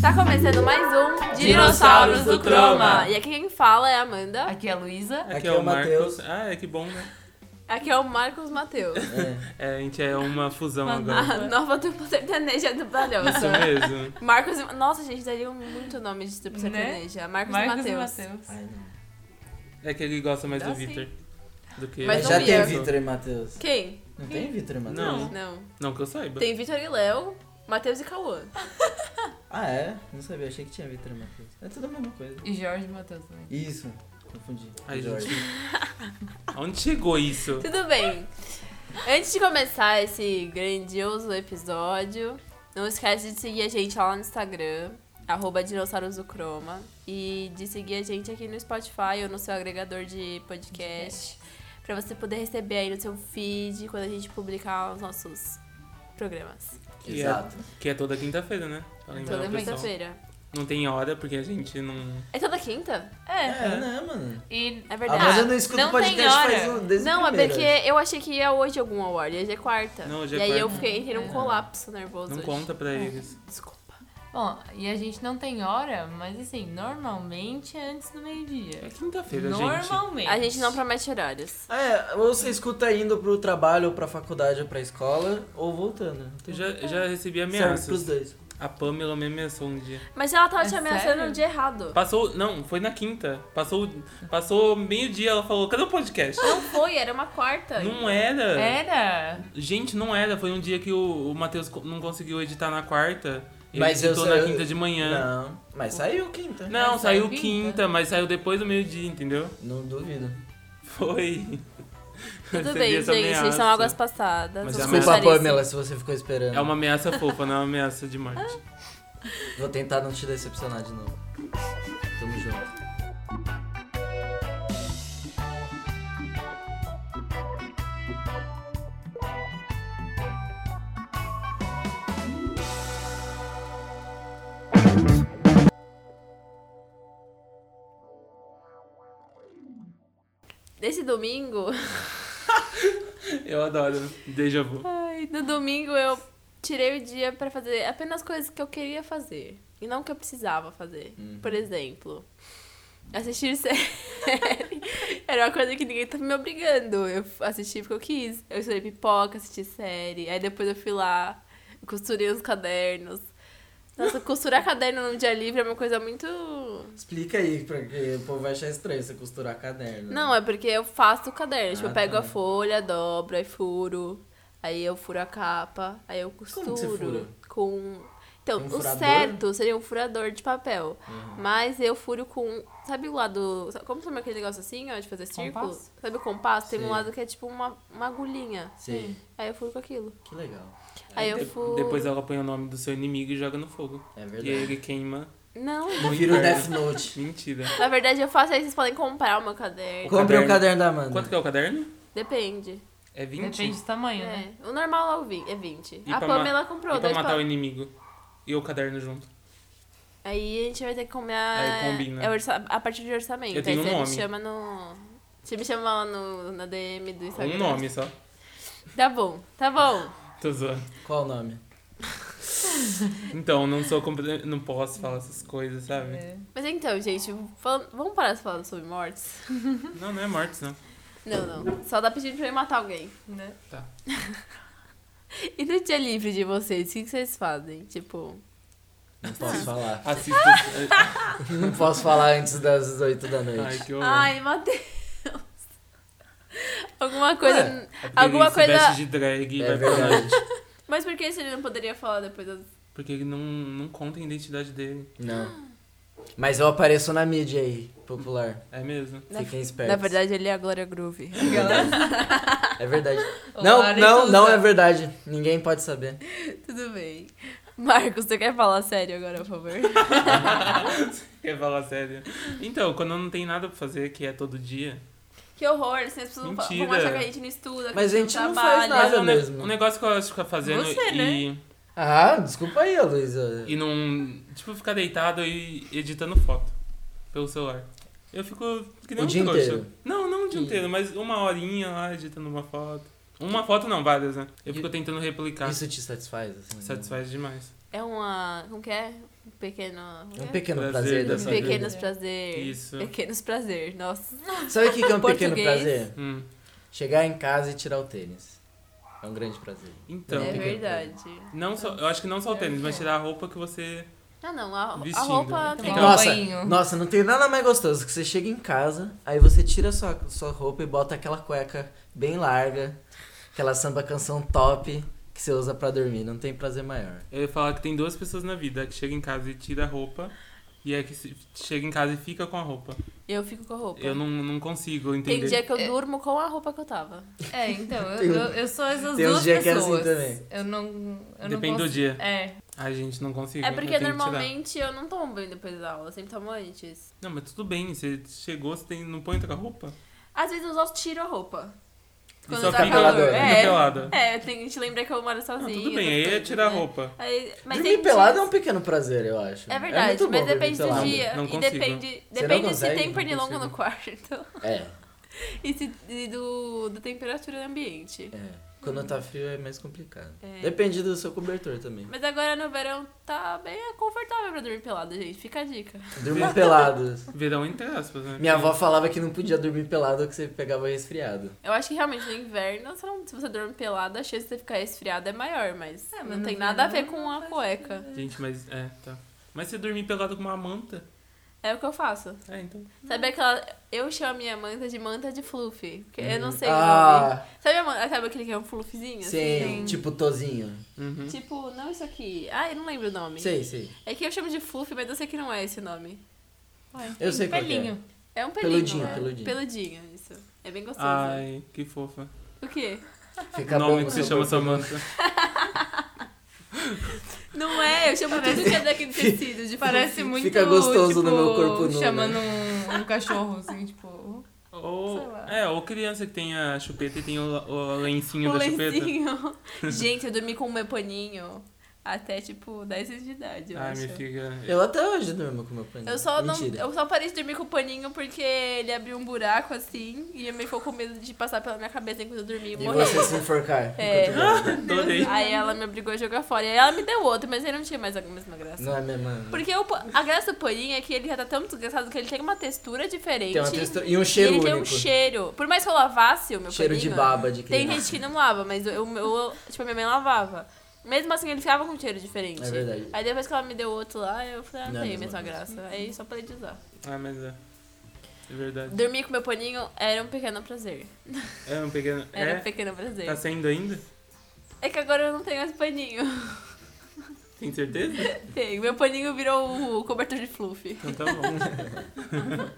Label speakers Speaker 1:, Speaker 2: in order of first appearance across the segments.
Speaker 1: Tá um
Speaker 2: Dinossauros do Croma.
Speaker 1: E aqui quem fala é a Amanda.
Speaker 3: Aqui é a Luísa.
Speaker 2: Aqui é o Matheus.
Speaker 4: Ah, é que bom, né?
Speaker 1: Aqui é o Marcos Mateus.
Speaker 2: É.
Speaker 4: É, a gente é uma fusão agora.
Speaker 1: A nova dupla sertaneja do
Speaker 4: Isso
Speaker 1: Balhosa.
Speaker 4: mesmo.
Speaker 1: Marcos e... Nossa, gente, daria um muito nome de dupla
Speaker 3: Né?
Speaker 1: sertaneja. Marcos,
Speaker 3: Marcos
Speaker 1: e
Speaker 3: e
Speaker 1: Mateus.
Speaker 3: Matheus.
Speaker 2: Ai, não.
Speaker 4: É que ele gosta mais
Speaker 3: Dá
Speaker 4: do
Speaker 3: sim.
Speaker 4: Victor do que
Speaker 1: Mas
Speaker 2: Mas
Speaker 1: não
Speaker 2: já
Speaker 1: vi
Speaker 2: tem
Speaker 1: essa.
Speaker 2: Vitor e Matheus.
Speaker 1: Quem?
Speaker 2: Não tem Vitor e Matheus?
Speaker 4: Não.
Speaker 1: Não.
Speaker 4: Não que eu saiba.
Speaker 1: Tem Vitor e Léo, Matheus e Cauã.
Speaker 2: Ah, é? Não sabia, achei que tinha Vitor e Matheus. É tudo a mesma coisa.
Speaker 3: E Jorge e Matheus também.
Speaker 2: Isso, confundi.
Speaker 4: Ai,
Speaker 2: Jorge.
Speaker 4: gente. Onde chegou isso?
Speaker 1: Tudo bem. Antes de começar esse grandioso episódio, não esquece de seguir a gente lá no Instagram, arroba dinossauros do Croma, e de seguir a gente aqui no Spotify ou no seu agregador de podcast, pra você poder receber aí no seu feed quando a gente publicar os nossos programas.
Speaker 4: Que é-
Speaker 2: Exato.
Speaker 4: Que é toda quinta-feira, né? Pra lembrar
Speaker 1: Toda
Speaker 4: o pessoal.
Speaker 1: quinta-feira.
Speaker 4: Não tem hora, porque a gente não.
Speaker 1: É toda quinta?
Speaker 3: É.
Speaker 2: É, né, mano?
Speaker 3: E
Speaker 4: Ah,
Speaker 1: É
Speaker 2: A
Speaker 1: verdade.
Speaker 2: Amanda não escuta
Speaker 3: não
Speaker 2: o podcast
Speaker 3: tem hora.
Speaker 2: faz um, desde o
Speaker 1: Não, é
Speaker 2: primeiro.
Speaker 1: porque eu achei que ia hoje algum award, hoje é quarta.
Speaker 4: Não, hoje é
Speaker 1: e aí eu
Speaker 4: quarta.
Speaker 1: fiquei entrei num
Speaker 3: É.
Speaker 1: colapso nervoso.
Speaker 4: Não
Speaker 1: hoje.
Speaker 4: conta pra eles.
Speaker 1: Desculpa.
Speaker 3: Bom, e a gente não tem hora, mas assim, normalmente é antes do
Speaker 4: É
Speaker 3: meio-dia.
Speaker 4: quinta-feira, gente.
Speaker 3: Normalmente.
Speaker 1: A gente não promete horários.
Speaker 2: Ah, é, ou você escuta indo pro trabalho, ou pra faculdade, ou pra escola, ou voltando.
Speaker 4: Eu
Speaker 2: Então,
Speaker 4: já, já recebi
Speaker 2: Serve pros
Speaker 4: ameaças.
Speaker 2: dois.
Speaker 4: A Pamela me ameaçou um dia.
Speaker 1: Mas ela tava
Speaker 3: É
Speaker 1: te ameaçando
Speaker 3: sério?
Speaker 1: no dia errado.
Speaker 4: Passou. Não, foi na quinta. Passou, passou meio-dia, ela falou: cadê o podcast?
Speaker 1: Não foi, era uma quarta.
Speaker 4: Não
Speaker 2: É.
Speaker 4: era.
Speaker 1: É?
Speaker 3: Era.
Speaker 4: Gente, não era. Foi um dia que o, o Matheus co- não conseguiu editar na quarta. Ele
Speaker 2: Mas eu
Speaker 4: editou
Speaker 2: sa-
Speaker 4: na quinta de manhã.
Speaker 2: Não, mas saiu quinta.
Speaker 4: Não,
Speaker 3: Mas
Speaker 4: saiu
Speaker 3: saiu quinta.
Speaker 4: quinta, mas saiu depois do meio-dia, entendeu?
Speaker 2: Não duvido.
Speaker 4: Foi.
Speaker 1: Tudo
Speaker 4: Recebi
Speaker 1: bem, gente,
Speaker 4: essa ameaça.
Speaker 1: são águas passadas.
Speaker 4: Mas é
Speaker 1: vamos deixar
Speaker 2: Desculpa,
Speaker 1: isso.
Speaker 2: Pamela, se você ficou esperando.
Speaker 4: É uma ameaça fofa, não é uma ameaça de morte.
Speaker 2: Vou tentar não te decepcionar de novo. Tamo junto.
Speaker 1: Nesse domingo,
Speaker 4: Eu adoro. Deja vu.
Speaker 1: ai, no domingo eu tirei o dia pra fazer apenas coisas que eu queria fazer. E não que eu precisava fazer.
Speaker 2: Hum.
Speaker 1: Por exemplo, assistir série. Era uma coisa que ninguém tava me obrigando. Eu assisti porque eu quis. Eu estudei pipoca, assisti série. Aí depois eu fui lá, costurei os cadernos. Nossa, costurar caderno num dia livre é uma coisa muito.
Speaker 2: Explica aí, porque o povo vai achar estranho você costurar caderno. Né?
Speaker 1: Não, é porque eu faço o caderno. tipo,
Speaker 2: Ah,
Speaker 1: eu pego
Speaker 2: tá.
Speaker 1: a folha, dobro, aí furo. Aí eu furo a capa, aí eu costuro.
Speaker 2: Como que você fura?
Speaker 1: Com. Então,
Speaker 2: Um
Speaker 1: o
Speaker 2: furador?
Speaker 1: certo seria um furador de papel.
Speaker 2: Uhum.
Speaker 1: Mas eu furo com. Sabe o lado. sabe- Como chama aquele negócio assim, ó, de fazer círculo?
Speaker 3: Compasso?
Speaker 1: Sabe o compasso? Tem
Speaker 2: Sei.
Speaker 1: um lado que é tipo uma, uma agulhinha.
Speaker 2: Sei.
Speaker 1: Aí eu furo com aquilo.
Speaker 2: Que legal.
Speaker 1: Aí Ah, eu
Speaker 4: De-
Speaker 1: furo.
Speaker 4: Depois ela põe o nome do seu inimigo e joga no fogo.
Speaker 2: É
Speaker 4: E
Speaker 2: verdade.
Speaker 4: ele queima.
Speaker 1: Não.
Speaker 2: Eu viro o Death Note.
Speaker 4: Mentira.
Speaker 1: Na verdade, eu faço aí, vocês podem comprar o meu caderno.
Speaker 2: Compre o
Speaker 4: caderno.
Speaker 2: caderno da Amanda.
Speaker 4: Quanto que é o caderno?
Speaker 1: Depende.
Speaker 4: É 20?
Speaker 3: Depende do tamanho, né?
Speaker 1: É. O normal lá é o vi- é 20.
Speaker 4: E
Speaker 1: a
Speaker 4: pra ma-
Speaker 1: Pamela
Speaker 4: E
Speaker 1: comprou
Speaker 4: pra
Speaker 1: dois
Speaker 4: matar
Speaker 1: pa-
Speaker 4: o inimigo. E o caderno junto.
Speaker 1: Aí a gente vai ter que comer
Speaker 4: Aí combina.
Speaker 1: é orça- a partir de orçamento.
Speaker 4: Eu tenho
Speaker 1: aí
Speaker 4: um
Speaker 1: você
Speaker 4: nome.
Speaker 1: me chama no. Você me chama lá no, na DM do Instagram.
Speaker 4: Um nome só.
Speaker 1: Tá bom, tá bom.
Speaker 4: Tô zoando.
Speaker 2: Qual o nome?
Speaker 4: Então, não sou compre- não posso falar essas coisas, sabe?
Speaker 3: É,
Speaker 1: Mas então, gente, falando- vamos parar de falar sobre mortes?
Speaker 4: Não, não é mortes, não.
Speaker 1: Não, não. Só dá pedido pra eu matar alguém.
Speaker 3: Né?
Speaker 1: E no dia livre de vocês, o que que vocês fazem? Tipo.
Speaker 2: Não posso falar.
Speaker 4: Assisto.
Speaker 2: Não posso falar antes das 8 da
Speaker 4: Ai,
Speaker 2: noite.
Speaker 4: que horror.
Speaker 1: Ai, Matheus! Alguma coisa.
Speaker 2: Ué.
Speaker 4: É porque
Speaker 1: alguma
Speaker 4: ele
Speaker 1: coisa-
Speaker 4: Se veste de drag e
Speaker 2: É
Speaker 4: vai pra
Speaker 2: verdade.
Speaker 4: noite.
Speaker 1: Mas por que ele não poderia falar depois das.
Speaker 4: Porque ele não, não conta a identidade dele.
Speaker 2: Não. Mas eu apareço na mídia aí, popular.
Speaker 4: É mesmo?
Speaker 1: Na-
Speaker 2: Fiquem espertos.
Speaker 1: Na verdade, ele é a Glória Groove.
Speaker 2: É verdade.
Speaker 3: O
Speaker 2: Não,
Speaker 3: Ari
Speaker 2: não,
Speaker 3: Souza.
Speaker 2: não é verdade. Ninguém pode saber.
Speaker 1: Tudo bem. Marcos, você quer falar sério agora, por favor?
Speaker 4: Quer falar sério? Então, quando não tem nada pra fazer, que é todo dia.
Speaker 1: Que horror, assim, as pessoas vão fa- vão
Speaker 4: Mentira.
Speaker 1: achar que a gente não estuda, que
Speaker 2: Mas
Speaker 1: a
Speaker 2: a
Speaker 1: gente
Speaker 2: gente não
Speaker 1: trabalha.
Speaker 2: faz Nada
Speaker 4: um, ne-
Speaker 2: mesmo.
Speaker 4: um negócio que eu acho que ficar fazendo
Speaker 1: Você, né?
Speaker 4: e,
Speaker 2: Ah, desculpa aí, Luísa.
Speaker 4: e não. Tipo, ficar deitado e editando foto pelo celular. Eu fico que nem
Speaker 2: O
Speaker 4: um
Speaker 2: dia
Speaker 4: trouxa.
Speaker 2: inteiro.
Speaker 4: Não, não o dia
Speaker 2: E-
Speaker 4: inteiro, mas uma horinha lá editando uma foto. Uma foto não, várias, né? Eu
Speaker 2: E-
Speaker 4: fico tentando replicar.
Speaker 2: Isso te satisfaz? Assim,
Speaker 4: Satisfaz demais.
Speaker 1: É uma. Como que é? pequeno.
Speaker 2: Um pequeno prazer,
Speaker 4: Prazer
Speaker 2: da
Speaker 4: da
Speaker 2: sua vida.
Speaker 1: Pequenos prazer.
Speaker 4: Isso.
Speaker 1: Pequenos prazer. Nossa.
Speaker 2: Sabe o que que é um pequeno
Speaker 1: Português.
Speaker 2: prazer?
Speaker 4: Hum.
Speaker 2: Chegar em casa e tirar o tênis. É um grande prazer.
Speaker 4: Então,
Speaker 1: é
Speaker 2: pequeno
Speaker 1: verdade. É
Speaker 4: não só, eu acho que não só o tênis, mas tirar a roupa que você.
Speaker 1: Ah, não. A, a
Speaker 4: Vestindo.
Speaker 1: roupa tem
Speaker 4: Então,
Speaker 3: Tomar um
Speaker 2: nossa,
Speaker 3: banho.
Speaker 2: nossa, não tem nada mais gostoso que você chega em casa, aí você tira sua, sua roupa e bota aquela cueca bem larga, aquela samba canção top que você usa pra dormir. Não tem prazer maior.
Speaker 4: Eu ia falar que tem duas pessoas na vida, a que chega em casa e tira a roupa, e a que se- chega em casa e fica com a roupa.
Speaker 1: Eu fico com a roupa.
Speaker 4: Eu não, não consigo
Speaker 1: Tem
Speaker 4: entender.
Speaker 1: dia que eu
Speaker 3: É.
Speaker 1: durmo com a roupa que eu tava.
Speaker 3: É, então, eu,
Speaker 2: Tem- um-
Speaker 3: eu, eu sou essas
Speaker 2: tem uns
Speaker 3: duas
Speaker 2: dias que é assim
Speaker 3: pessoas.
Speaker 2: também.
Speaker 3: Eu não. Eu não
Speaker 4: Depende do
Speaker 3: consigo-
Speaker 4: dia.
Speaker 3: É.
Speaker 4: Ai, gente, não consigo.
Speaker 1: É
Speaker 4: eu
Speaker 1: porque
Speaker 4: tenho que tirar.
Speaker 1: normalmente eu não tomo banho depois da aula, eu sempre tomo antes.
Speaker 4: Não, mas tudo bem, você chegou, você tem, não põe outra roupa?
Speaker 1: Às vezes eu só tiro a roupa.
Speaker 4: E
Speaker 1: Quando
Speaker 4: só
Speaker 1: tá
Speaker 4: fica,
Speaker 1: calor,
Speaker 4: fica
Speaker 1: é.
Speaker 4: pelada.
Speaker 1: É, tem, a gente lembra que eu moro
Speaker 4: Não,
Speaker 1: sozinha.
Speaker 4: tudo bem, aí
Speaker 1: essas
Speaker 4: é
Speaker 1: coisas,
Speaker 4: tirar a
Speaker 1: né?
Speaker 4: roupa.
Speaker 1: Aí, mas
Speaker 2: dormir
Speaker 1: tem
Speaker 2: pelado é
Speaker 1: dias-
Speaker 2: um pequeno prazer, eu acho.
Speaker 1: É verdade,
Speaker 2: muito
Speaker 1: mas
Speaker 2: bom dormir
Speaker 1: depende do
Speaker 2: pelado.
Speaker 1: dia.
Speaker 4: Não
Speaker 1: e
Speaker 4: consigo.
Speaker 1: depende,
Speaker 2: Você não
Speaker 1: depende se
Speaker 2: consegue?
Speaker 1: tem
Speaker 2: Não
Speaker 1: pernilongo
Speaker 4: consigo.
Speaker 1: no quarto.
Speaker 2: É,
Speaker 1: E, se, e do, do temperatura do ambiente.
Speaker 2: é. Quando tá frio é mais complicado.
Speaker 1: É.
Speaker 2: Depende do seu cobertor também.
Speaker 1: Mas agora no verão tá bem confortável pra dormir pelado, gente. Fica a dica.
Speaker 2: Dormir pelado.
Speaker 4: Verão entre aspas, né?
Speaker 2: Minha avó falava que não podia dormir pelado que você pegava resfriado.
Speaker 1: Eu acho que realmente no inverno, você não- se você dorme pelado, a chance de você ficar resfriado é maior, mas,
Speaker 3: É, mas
Speaker 1: não
Speaker 3: no
Speaker 1: tem nada a ver
Speaker 3: verão
Speaker 1: com
Speaker 3: não
Speaker 1: a
Speaker 3: faz
Speaker 1: cueca.
Speaker 4: Gente, mas. É, tá. Mas você dormir pelado com uma manta?
Speaker 1: É o que eu faço.
Speaker 4: É, então.
Speaker 1: Sabe aquela. Eu chamo a minha manta de manta de fluffy. Porque eu não sei o nome.
Speaker 2: ah,
Speaker 1: Sabe, a man- sabe aquele que é um fluffzinho?
Speaker 2: sim,
Speaker 1: assim?
Speaker 2: tipo tozinho.
Speaker 4: Uhum.
Speaker 1: Tipo, não isso aqui. Ah, eu não lembro o nome.
Speaker 2: Sei, sei.
Speaker 1: É que eu chamo de fluffy, mas eu sei que não é esse nome.
Speaker 3: Ué,
Speaker 2: Eu
Speaker 3: tem
Speaker 2: sei qual que é.
Speaker 3: pelinho.
Speaker 1: É um pelinho.
Speaker 2: Peludinho,
Speaker 1: né?
Speaker 2: peludinho.
Speaker 1: Peludinho, isso. É bem gostoso.
Speaker 4: Ai, que fofa.
Speaker 1: O quê?
Speaker 2: Fica
Speaker 4: o nome
Speaker 2: bom
Speaker 4: que
Speaker 2: pro
Speaker 4: você chama
Speaker 2: seu
Speaker 4: sua
Speaker 2: corpo.
Speaker 4: manta.
Speaker 1: Não é, eu chamo tudo que é daquele tecido de
Speaker 3: Parece
Speaker 1: fluffy.
Speaker 3: muito.
Speaker 2: Fica gostoso
Speaker 3: tipo,
Speaker 2: no meu corpo nu, né?
Speaker 3: Chamando um, um cachorro, assim, tipo.
Speaker 4: Ou,
Speaker 3: Sei lá.
Speaker 4: é, ou criança que tem a chupeta e tem o, o lencinho
Speaker 1: Um
Speaker 4: da chupeta.
Speaker 1: lencinho. Gente, eu dormi com um meu paninho até tipo 10 anos de idade, eu
Speaker 4: Ai,
Speaker 1: acho.
Speaker 4: minha filha.
Speaker 2: Eu até hoje durmo com meu paninho.
Speaker 1: Eu só, não,
Speaker 2: Mentira.
Speaker 1: eu só parei de dormir com o paninho porque ele abriu um buraco assim e ele ficou com medo de passar pela minha cabeça enquanto eu dormi e
Speaker 2: E
Speaker 1: morrer.
Speaker 2: você se enforcar.
Speaker 1: É.
Speaker 2: enquanto dorme.
Speaker 4: Adorei.
Speaker 1: Aí ela me obrigou a jogar fora. E aí ela me deu outro, mas ele não tinha mais a mesma graça.
Speaker 2: Não é mesmo?
Speaker 1: Porque o pa- a graça do paninho é que ele já tá tão desgraçado que ele tem uma textura diferente.
Speaker 2: Tem uma textura e um cheiro
Speaker 1: e ele
Speaker 2: único.
Speaker 1: tem um cheiro. Por mais que eu lavasse o meu
Speaker 2: Cheiro de
Speaker 1: paninho,
Speaker 2: baba de
Speaker 1: Tem
Speaker 2: criança.
Speaker 1: gente que não lava, mas eu, eu- eu- tipo, a minha mãe lavava. Mesmo assim, ele ficava com um cheiro diferente.
Speaker 2: É verdade.
Speaker 1: Aí depois que ela me deu outro lá, eu falei, ah,
Speaker 2: Não
Speaker 1: não
Speaker 2: é
Speaker 1: tem
Speaker 2: a
Speaker 1: a
Speaker 2: mesma
Speaker 1: mesma graça. Aí só parei de usar.
Speaker 4: Ah, mas é. É verdade.
Speaker 1: Dormir com meu paninho era um pequeno prazer.
Speaker 4: É um pequeno.
Speaker 1: Era
Speaker 4: É?
Speaker 1: um pequeno prazer.
Speaker 4: Tá saindo ainda?
Speaker 1: É que agora eu não tenho mais paninho.
Speaker 4: Tem certeza?
Speaker 1: Tem. Meu paninho virou o cobertor de fluff.
Speaker 4: Então tá bom.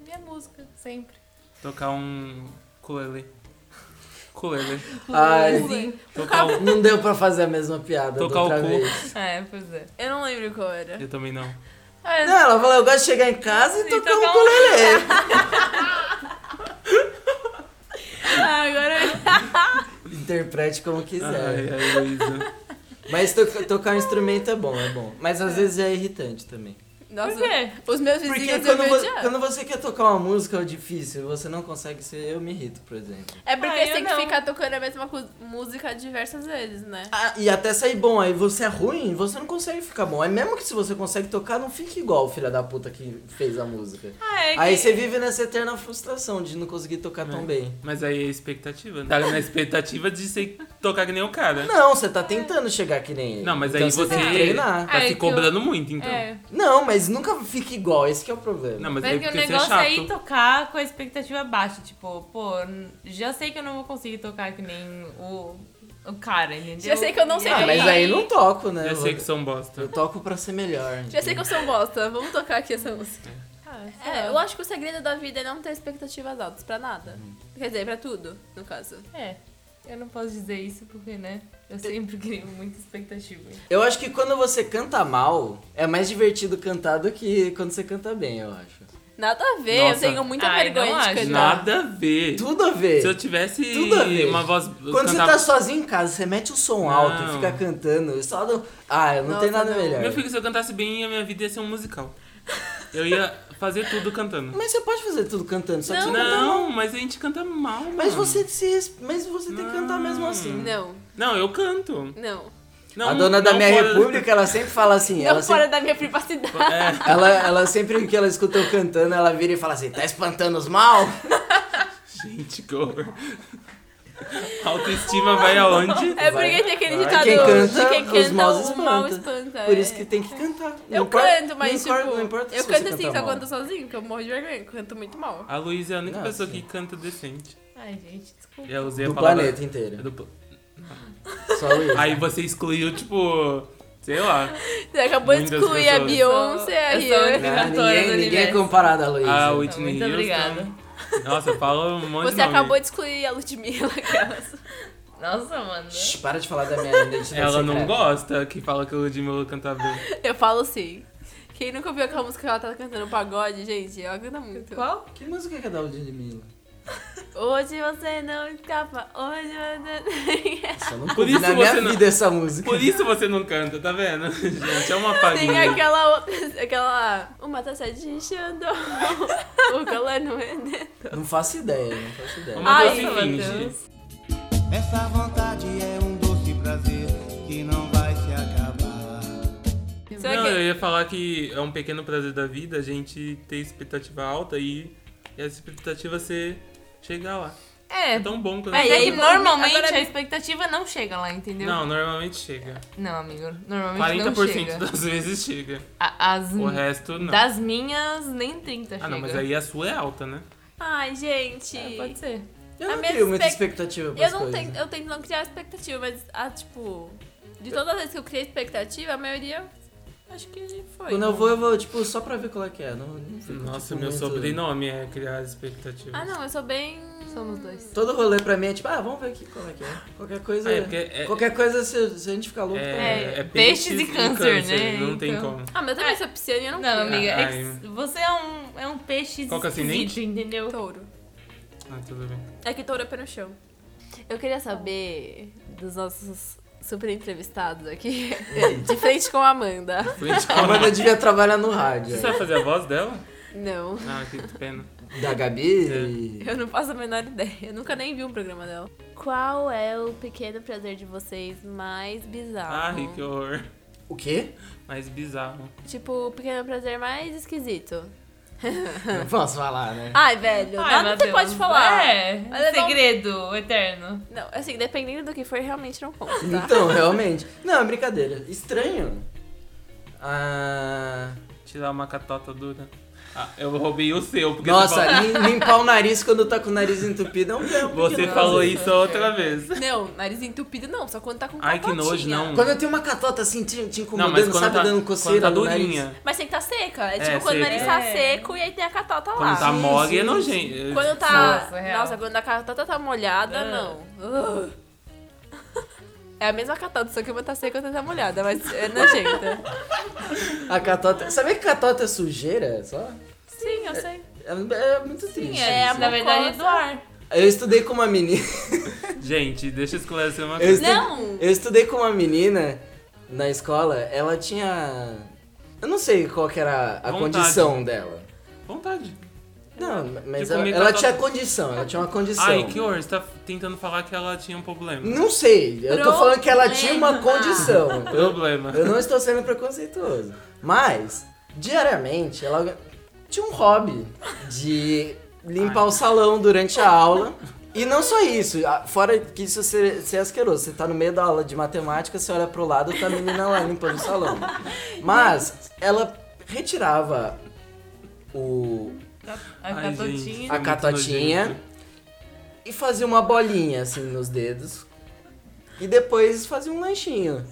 Speaker 3: Minha música, sempre.
Speaker 4: Tocar um culele. Culele.
Speaker 2: Ai,
Speaker 4: Tocar um...
Speaker 2: não deu pra fazer a mesma piada da
Speaker 4: Tocar o
Speaker 2: outra
Speaker 4: cu.
Speaker 2: vez.
Speaker 3: É, pois é.
Speaker 1: Eu não lembro qual era.
Speaker 4: Eu também não.
Speaker 3: É,
Speaker 2: Não, ela falou, eu gosto de chegar em casa e
Speaker 3: E
Speaker 2: tocar
Speaker 3: tocar
Speaker 2: um
Speaker 3: um-
Speaker 2: ukulele.
Speaker 1: Ah, agora
Speaker 2: Interprete como quiser.
Speaker 4: Ai, ai, Luísa.
Speaker 2: Mas to- tocar um instrumento é bom, é bom. Mas às vezes é irritante também.
Speaker 1: Nossa,
Speaker 3: Por quê?
Speaker 1: os meus
Speaker 2: Porque
Speaker 1: vizinhos eu
Speaker 2: quando,
Speaker 1: me
Speaker 2: vo-
Speaker 1: odiavam.
Speaker 2: quando você quer tocar uma música é difícil, você não consegue ser. Eu me irrito, por exemplo.
Speaker 1: É porque
Speaker 3: Ah, eu
Speaker 1: você tem que
Speaker 3: não.
Speaker 1: ficar tocando a mesma cu- música diversas vezes, né?
Speaker 2: Ah, e até sair bom, aí você é ruim, você não consegue ficar bom. Aí mesmo que se você consegue tocar, não fica igual o filho da puta que fez a música.
Speaker 3: Ah, é que-
Speaker 2: Aí você vive nessa eterna frustração de não conseguir tocar tão
Speaker 4: É.
Speaker 2: bem.
Speaker 4: Mas aí é expectativa, né? Tá na expectativa de você tocar que nem o cara.
Speaker 2: Não, você tá tentando chegar que nem ele.
Speaker 4: Não, mas
Speaker 2: Então
Speaker 4: aí você
Speaker 2: tem que treinar.
Speaker 4: tá
Speaker 3: É que
Speaker 4: se
Speaker 3: eu-
Speaker 4: cobrando muito, então.
Speaker 3: É.
Speaker 2: Não, mas nunca fica igual, esse que é o problema.
Speaker 4: Não, mas
Speaker 3: Mas
Speaker 4: aí
Speaker 3: que o
Speaker 4: porque você é
Speaker 3: negócio
Speaker 4: chato.
Speaker 3: é ir tocar com a expectativa baixa. Tipo, pô, n- já sei que eu não vou conseguir tocar que nem o, o cara, entendeu?
Speaker 1: Já sei que eu não sei
Speaker 2: Ah,
Speaker 1: tocar.
Speaker 2: mas aí não toco, né?
Speaker 4: Eu sei que são bosta.
Speaker 2: Eu toco pra ser melhor.
Speaker 1: Já sei que eu sou um bosta, vamos tocar aqui essa música.
Speaker 3: Ah, sei
Speaker 1: É, eu
Speaker 3: lá.
Speaker 1: acho que o segredo da vida é não ter expectativas altas pra nada.
Speaker 2: Uhum.
Speaker 1: Quer dizer, pra tudo, no caso.
Speaker 3: É, eu não posso dizer isso porque, né? Eu sempre crio muita expectativa.
Speaker 2: Eu acho que quando você canta mal, é mais divertido cantar do que quando você canta bem, eu acho.
Speaker 1: Nada a ver, eu
Speaker 4: Nossa.
Speaker 1: tenho muita
Speaker 3: Ai,
Speaker 1: vergonha
Speaker 3: não
Speaker 1: de
Speaker 3: acho.
Speaker 1: cantar.
Speaker 4: Nada a ver.
Speaker 2: Tudo a ver.
Speaker 4: Se eu tivesse
Speaker 2: Tudo a ver.
Speaker 4: uma voz.
Speaker 2: Quando você
Speaker 4: cantava-
Speaker 2: tá sozinho em casa, você mete o som alto e
Speaker 4: Não.
Speaker 2: fica cantando. eu Só não... Ah, eu não
Speaker 1: Nossa,
Speaker 2: tem nada
Speaker 1: não.
Speaker 2: melhor.
Speaker 4: Meu filho, se eu cantasse bem, a minha vida ia ser um musical. Eu ia fazer tudo cantando.
Speaker 2: Mas você pode fazer tudo cantando, só que
Speaker 4: Não,
Speaker 2: você canta mal.
Speaker 4: mas a gente canta mal, mano.
Speaker 2: Mas você, se, res- mas você tem que cantar mesmo assim.
Speaker 1: Não,
Speaker 4: Não, eu canto.
Speaker 1: não.
Speaker 4: Não,
Speaker 2: a dona da
Speaker 4: não
Speaker 2: minha
Speaker 4: fora-
Speaker 2: república, ela sempre fala assim. ela
Speaker 1: não
Speaker 2: sempre-
Speaker 1: fora da minha privacidade.
Speaker 4: É,
Speaker 2: Ela, ela sempre que ela escuta eu cantando, ela vira e fala assim, tá espantando os mal?
Speaker 4: gente, que horror. A Autoestima vai aonde?
Speaker 1: É porque tem aquele
Speaker 4: Vai.
Speaker 1: ditado
Speaker 2: Quem canta,
Speaker 1: de quem canta,
Speaker 2: os maus
Speaker 1: o
Speaker 2: espanta.
Speaker 1: mal espanta.
Speaker 2: Por isso
Speaker 1: é.
Speaker 2: que tem que cantar. Não
Speaker 1: Eu
Speaker 2: importa-
Speaker 1: canto, mas
Speaker 2: não importa,
Speaker 1: tipo,
Speaker 2: não importa
Speaker 1: eu
Speaker 2: se
Speaker 1: canto
Speaker 2: você
Speaker 1: assim,
Speaker 2: cantar
Speaker 1: só
Speaker 2: mal.
Speaker 1: canto sozinho, que eu morro de vergonha, canto muito mal.
Speaker 4: A Luísa é a única
Speaker 2: Não,
Speaker 4: pessoa
Speaker 2: sim.
Speaker 4: que canta decente.
Speaker 3: Ai, gente, desculpa.
Speaker 4: Eu usei
Speaker 2: é Do
Speaker 4: a palavra...
Speaker 2: planeta inteiro.
Speaker 4: do pla-
Speaker 2: Só o Will.
Speaker 4: Aí você excluiu, tipo, sei lá,
Speaker 1: Você acabou de
Speaker 4: Muitas
Speaker 1: excluir a
Speaker 4: pessoas.
Speaker 1: Beyoncé, a
Speaker 3: Eu sou- eu sou
Speaker 1: Rihanna.
Speaker 2: Ah,
Speaker 3: cantora do
Speaker 2: ninguém, ninguém é
Speaker 3: universo.
Speaker 2: comparado a né? Luísa.
Speaker 4: a Whitney
Speaker 3: Muito
Speaker 4: Houston.
Speaker 3: obrigada.
Speaker 4: Nossa, eu falo um monte de
Speaker 1: Você
Speaker 4: nome.
Speaker 1: acabou de excluir a Ludmilla, aquelas.
Speaker 3: Nossa, mano.
Speaker 2: Shh, para de falar da minha identidade
Speaker 4: Ela não
Speaker 2: secreta.
Speaker 4: gosta que fala que o Ludmilla canta bem.
Speaker 1: Eu falo sim. Quem nunca ouviu aquela música que ela tá cantando pagode, gente, ela canta muito.
Speaker 3: Qual?
Speaker 2: Que música que é da Ludmilla?
Speaker 1: Hoje você não escapa, hoje você...
Speaker 2: Nossa, eu nunca
Speaker 4: Por
Speaker 2: ouvi
Speaker 4: isso
Speaker 2: na minha
Speaker 4: você não-
Speaker 2: vida essa música.
Speaker 4: Por isso você não canta, tá vendo? Gente, é uma
Speaker 1: Tem
Speaker 4: farinha.
Speaker 1: aquela outra, aquela... Uma taça de xandão, o é, colã no veneno.
Speaker 2: Não faço ideia, não faço ideia.
Speaker 4: É Uma
Speaker 1: Ai,
Speaker 4: doce
Speaker 1: meu
Speaker 4: finge.
Speaker 5: Essa vontade é um doce prazer que não vai se acabar.
Speaker 1: Será
Speaker 4: Não,
Speaker 1: que-
Speaker 4: eu ia falar que é um pequeno prazer da vida a gente ter expectativa alta e, e essa expectativa ser chegar lá.
Speaker 3: É,
Speaker 4: É tão bom quando
Speaker 1: Mas
Speaker 3: mas
Speaker 4: chega.
Speaker 1: aí,
Speaker 3: é que normalmente
Speaker 1: agora-
Speaker 3: a expectativa não chega lá, entendeu?
Speaker 4: Não, normalmente chega.
Speaker 3: Não, amigo. Normalmente não
Speaker 4: 40%
Speaker 3: chega.
Speaker 4: das vezes chega.
Speaker 3: A- As
Speaker 4: O resto não.
Speaker 3: das minhas, nem 30 chega.
Speaker 4: Ah, não, mas aí a sua é alta, né?
Speaker 1: Ai, gente...
Speaker 3: É, pode ser.
Speaker 2: Eu
Speaker 1: A
Speaker 2: não
Speaker 1: minha
Speaker 2: tenho muita
Speaker 1: expect-
Speaker 2: expectativa pras
Speaker 1: Eu não
Speaker 2: coisas.
Speaker 1: tento, eu tento não criar expectativa, mas, ah, tipo, de todas as vezes que eu criei expectativa, a maioria acho que foi.
Speaker 2: Quando eu vou, eu vou, tipo, só pra ver qual é que é. Não, não fico,
Speaker 4: Nossa,
Speaker 2: tipo,
Speaker 4: meu
Speaker 2: muito-
Speaker 4: sobrenome é criar expectativas.
Speaker 1: Ah, não, eu sou bem.
Speaker 3: Somos dois.
Speaker 2: Todo rolê pra mim é tipo, ah, vamos ver aqui qual é que é. Qualquer coisa.
Speaker 4: Ah, é porque é,
Speaker 2: Qualquer coisa, se, se a gente ficar louco,
Speaker 4: é,
Speaker 2: tá
Speaker 4: é,
Speaker 3: É,
Speaker 4: peixes,
Speaker 3: peixes e
Speaker 4: e
Speaker 3: câncer, né?
Speaker 4: Não tem
Speaker 3: Então-
Speaker 4: como.
Speaker 1: Ah, mas eu também sou pisciana e eu não,
Speaker 3: Não,
Speaker 1: crio.
Speaker 3: amiga, é que
Speaker 4: Ai.
Speaker 3: você é um, é um peixe
Speaker 4: Qual que é o
Speaker 3: esquisito,
Speaker 4: ascendente?
Speaker 3: entendeu?
Speaker 1: Touro.
Speaker 4: Ah, tudo bem.
Speaker 1: É que touro é pé no chão. Eu queria saber dos nossos super entrevistados aqui, de frente com a Amanda.
Speaker 4: Frente com
Speaker 2: é A Amanda
Speaker 4: a-
Speaker 2: devia trabalhar no rádio.
Speaker 4: Você sabe fazer a voz dela?
Speaker 1: Não,
Speaker 4: Ah, que pena.
Speaker 2: Da Gabi.
Speaker 4: É.
Speaker 2: e-
Speaker 1: eu não faço a menor ideia. Eu nunca nem vi um programa dela. Qual é o pequeno prazer de vocês mais
Speaker 3: Tá
Speaker 1: bizarro?
Speaker 4: Ai, que horror.
Speaker 2: O quê?
Speaker 4: Mas bizarro.
Speaker 1: Tipo, o pequeno prazer mais esquisito.
Speaker 2: Não posso falar, né?
Speaker 1: Ai, velho, nada
Speaker 3: meu
Speaker 1: você
Speaker 3: Deus.
Speaker 1: pode falar.
Speaker 3: É,
Speaker 1: Mas é bom.
Speaker 3: segredo eterno.
Speaker 1: Não, assim, dependendo do que for, realmente não conta, tá?
Speaker 2: Então, realmente. Não, é brincadeira. Estranho. Ah...
Speaker 4: Tirar uma catota dura. Ah, eu roubei o seu, porque
Speaker 2: Nossa,
Speaker 4: você falou,
Speaker 2: lim- limpar o nariz quando tá com o nariz entupido é um tempo.
Speaker 4: você
Speaker 2: não.
Speaker 4: falou isso outra vez.
Speaker 1: Não, nariz entupido não, só quando tá com
Speaker 4: Ai, que
Speaker 1: capotinha.
Speaker 4: nojo, não.
Speaker 2: Quando eu tenho uma catota assim, te, te
Speaker 4: Não,
Speaker 2: incomodando,
Speaker 4: mas quando
Speaker 2: sabe,
Speaker 4: tá,
Speaker 2: dando
Speaker 4: quando
Speaker 2: coceira
Speaker 4: tá
Speaker 2: no nariz.
Speaker 4: durinha.
Speaker 1: Mas tem que tá seca. É,
Speaker 4: É,
Speaker 1: tipo quando o
Speaker 4: seca.
Speaker 1: nariz tá
Speaker 3: É.
Speaker 1: seco e aí tem a catota lá.
Speaker 3: Ah,
Speaker 4: Quando tá
Speaker 2: Sim,
Speaker 4: mole, é
Speaker 2: sim,
Speaker 4: nojento.
Speaker 1: Quando tá.
Speaker 3: Nossa, real.
Speaker 1: Nossa, quando a catota tá molhada,
Speaker 3: Ah.
Speaker 1: não. Ugh. É a mesma catota, só que uma tá seca e outra tá molhada, mas é nojenta.
Speaker 2: A catota. Sabia que catota é sujeira? Só?
Speaker 1: Sim, eu sei.
Speaker 2: É, é muito triste.
Speaker 1: é
Speaker 2: isso.
Speaker 1: a
Speaker 3: Na verdade, é do ar.
Speaker 2: Eu estudei com uma menina.
Speaker 4: Gente, deixa eu esclarecer uma
Speaker 2: Eu
Speaker 4: coisa.
Speaker 2: estu-
Speaker 1: Não.
Speaker 2: Eu estudei com uma menina na escola, ela tinha. Eu não sei qual que era a
Speaker 4: Vontade.
Speaker 2: condição dela.
Speaker 4: Vontade.
Speaker 2: Não, mas
Speaker 4: Tipo,
Speaker 2: ela,
Speaker 4: me
Speaker 2: ela
Speaker 4: tratou-
Speaker 2: tinha condição, ela tinha uma condição.
Speaker 4: Ai, que horror. Você tá tentando falar que ela tinha um problema.
Speaker 2: Então. Não sei, eu tô falando que ela tinha uma
Speaker 1: Problema.
Speaker 2: condição. Eu,
Speaker 4: Problema.
Speaker 2: eu não estou sendo preconceituoso. Mas, diariamente, ela tinha um hobby de limpar o salão durante a aula. E não só isso, a- fora que isso ser, ser asqueroso. Você tá no meio da aula de matemática, você olha pro lado, tá a menina lá limpando o salão. Mas, ela retirava o,
Speaker 3: A
Speaker 4: Ai,
Speaker 3: catotinha.
Speaker 4: gente. é
Speaker 2: a
Speaker 4: muito
Speaker 2: catotinha
Speaker 4: nojento.
Speaker 2: e fazia uma bolinha assim nos dedos e depois fazia um lanchinho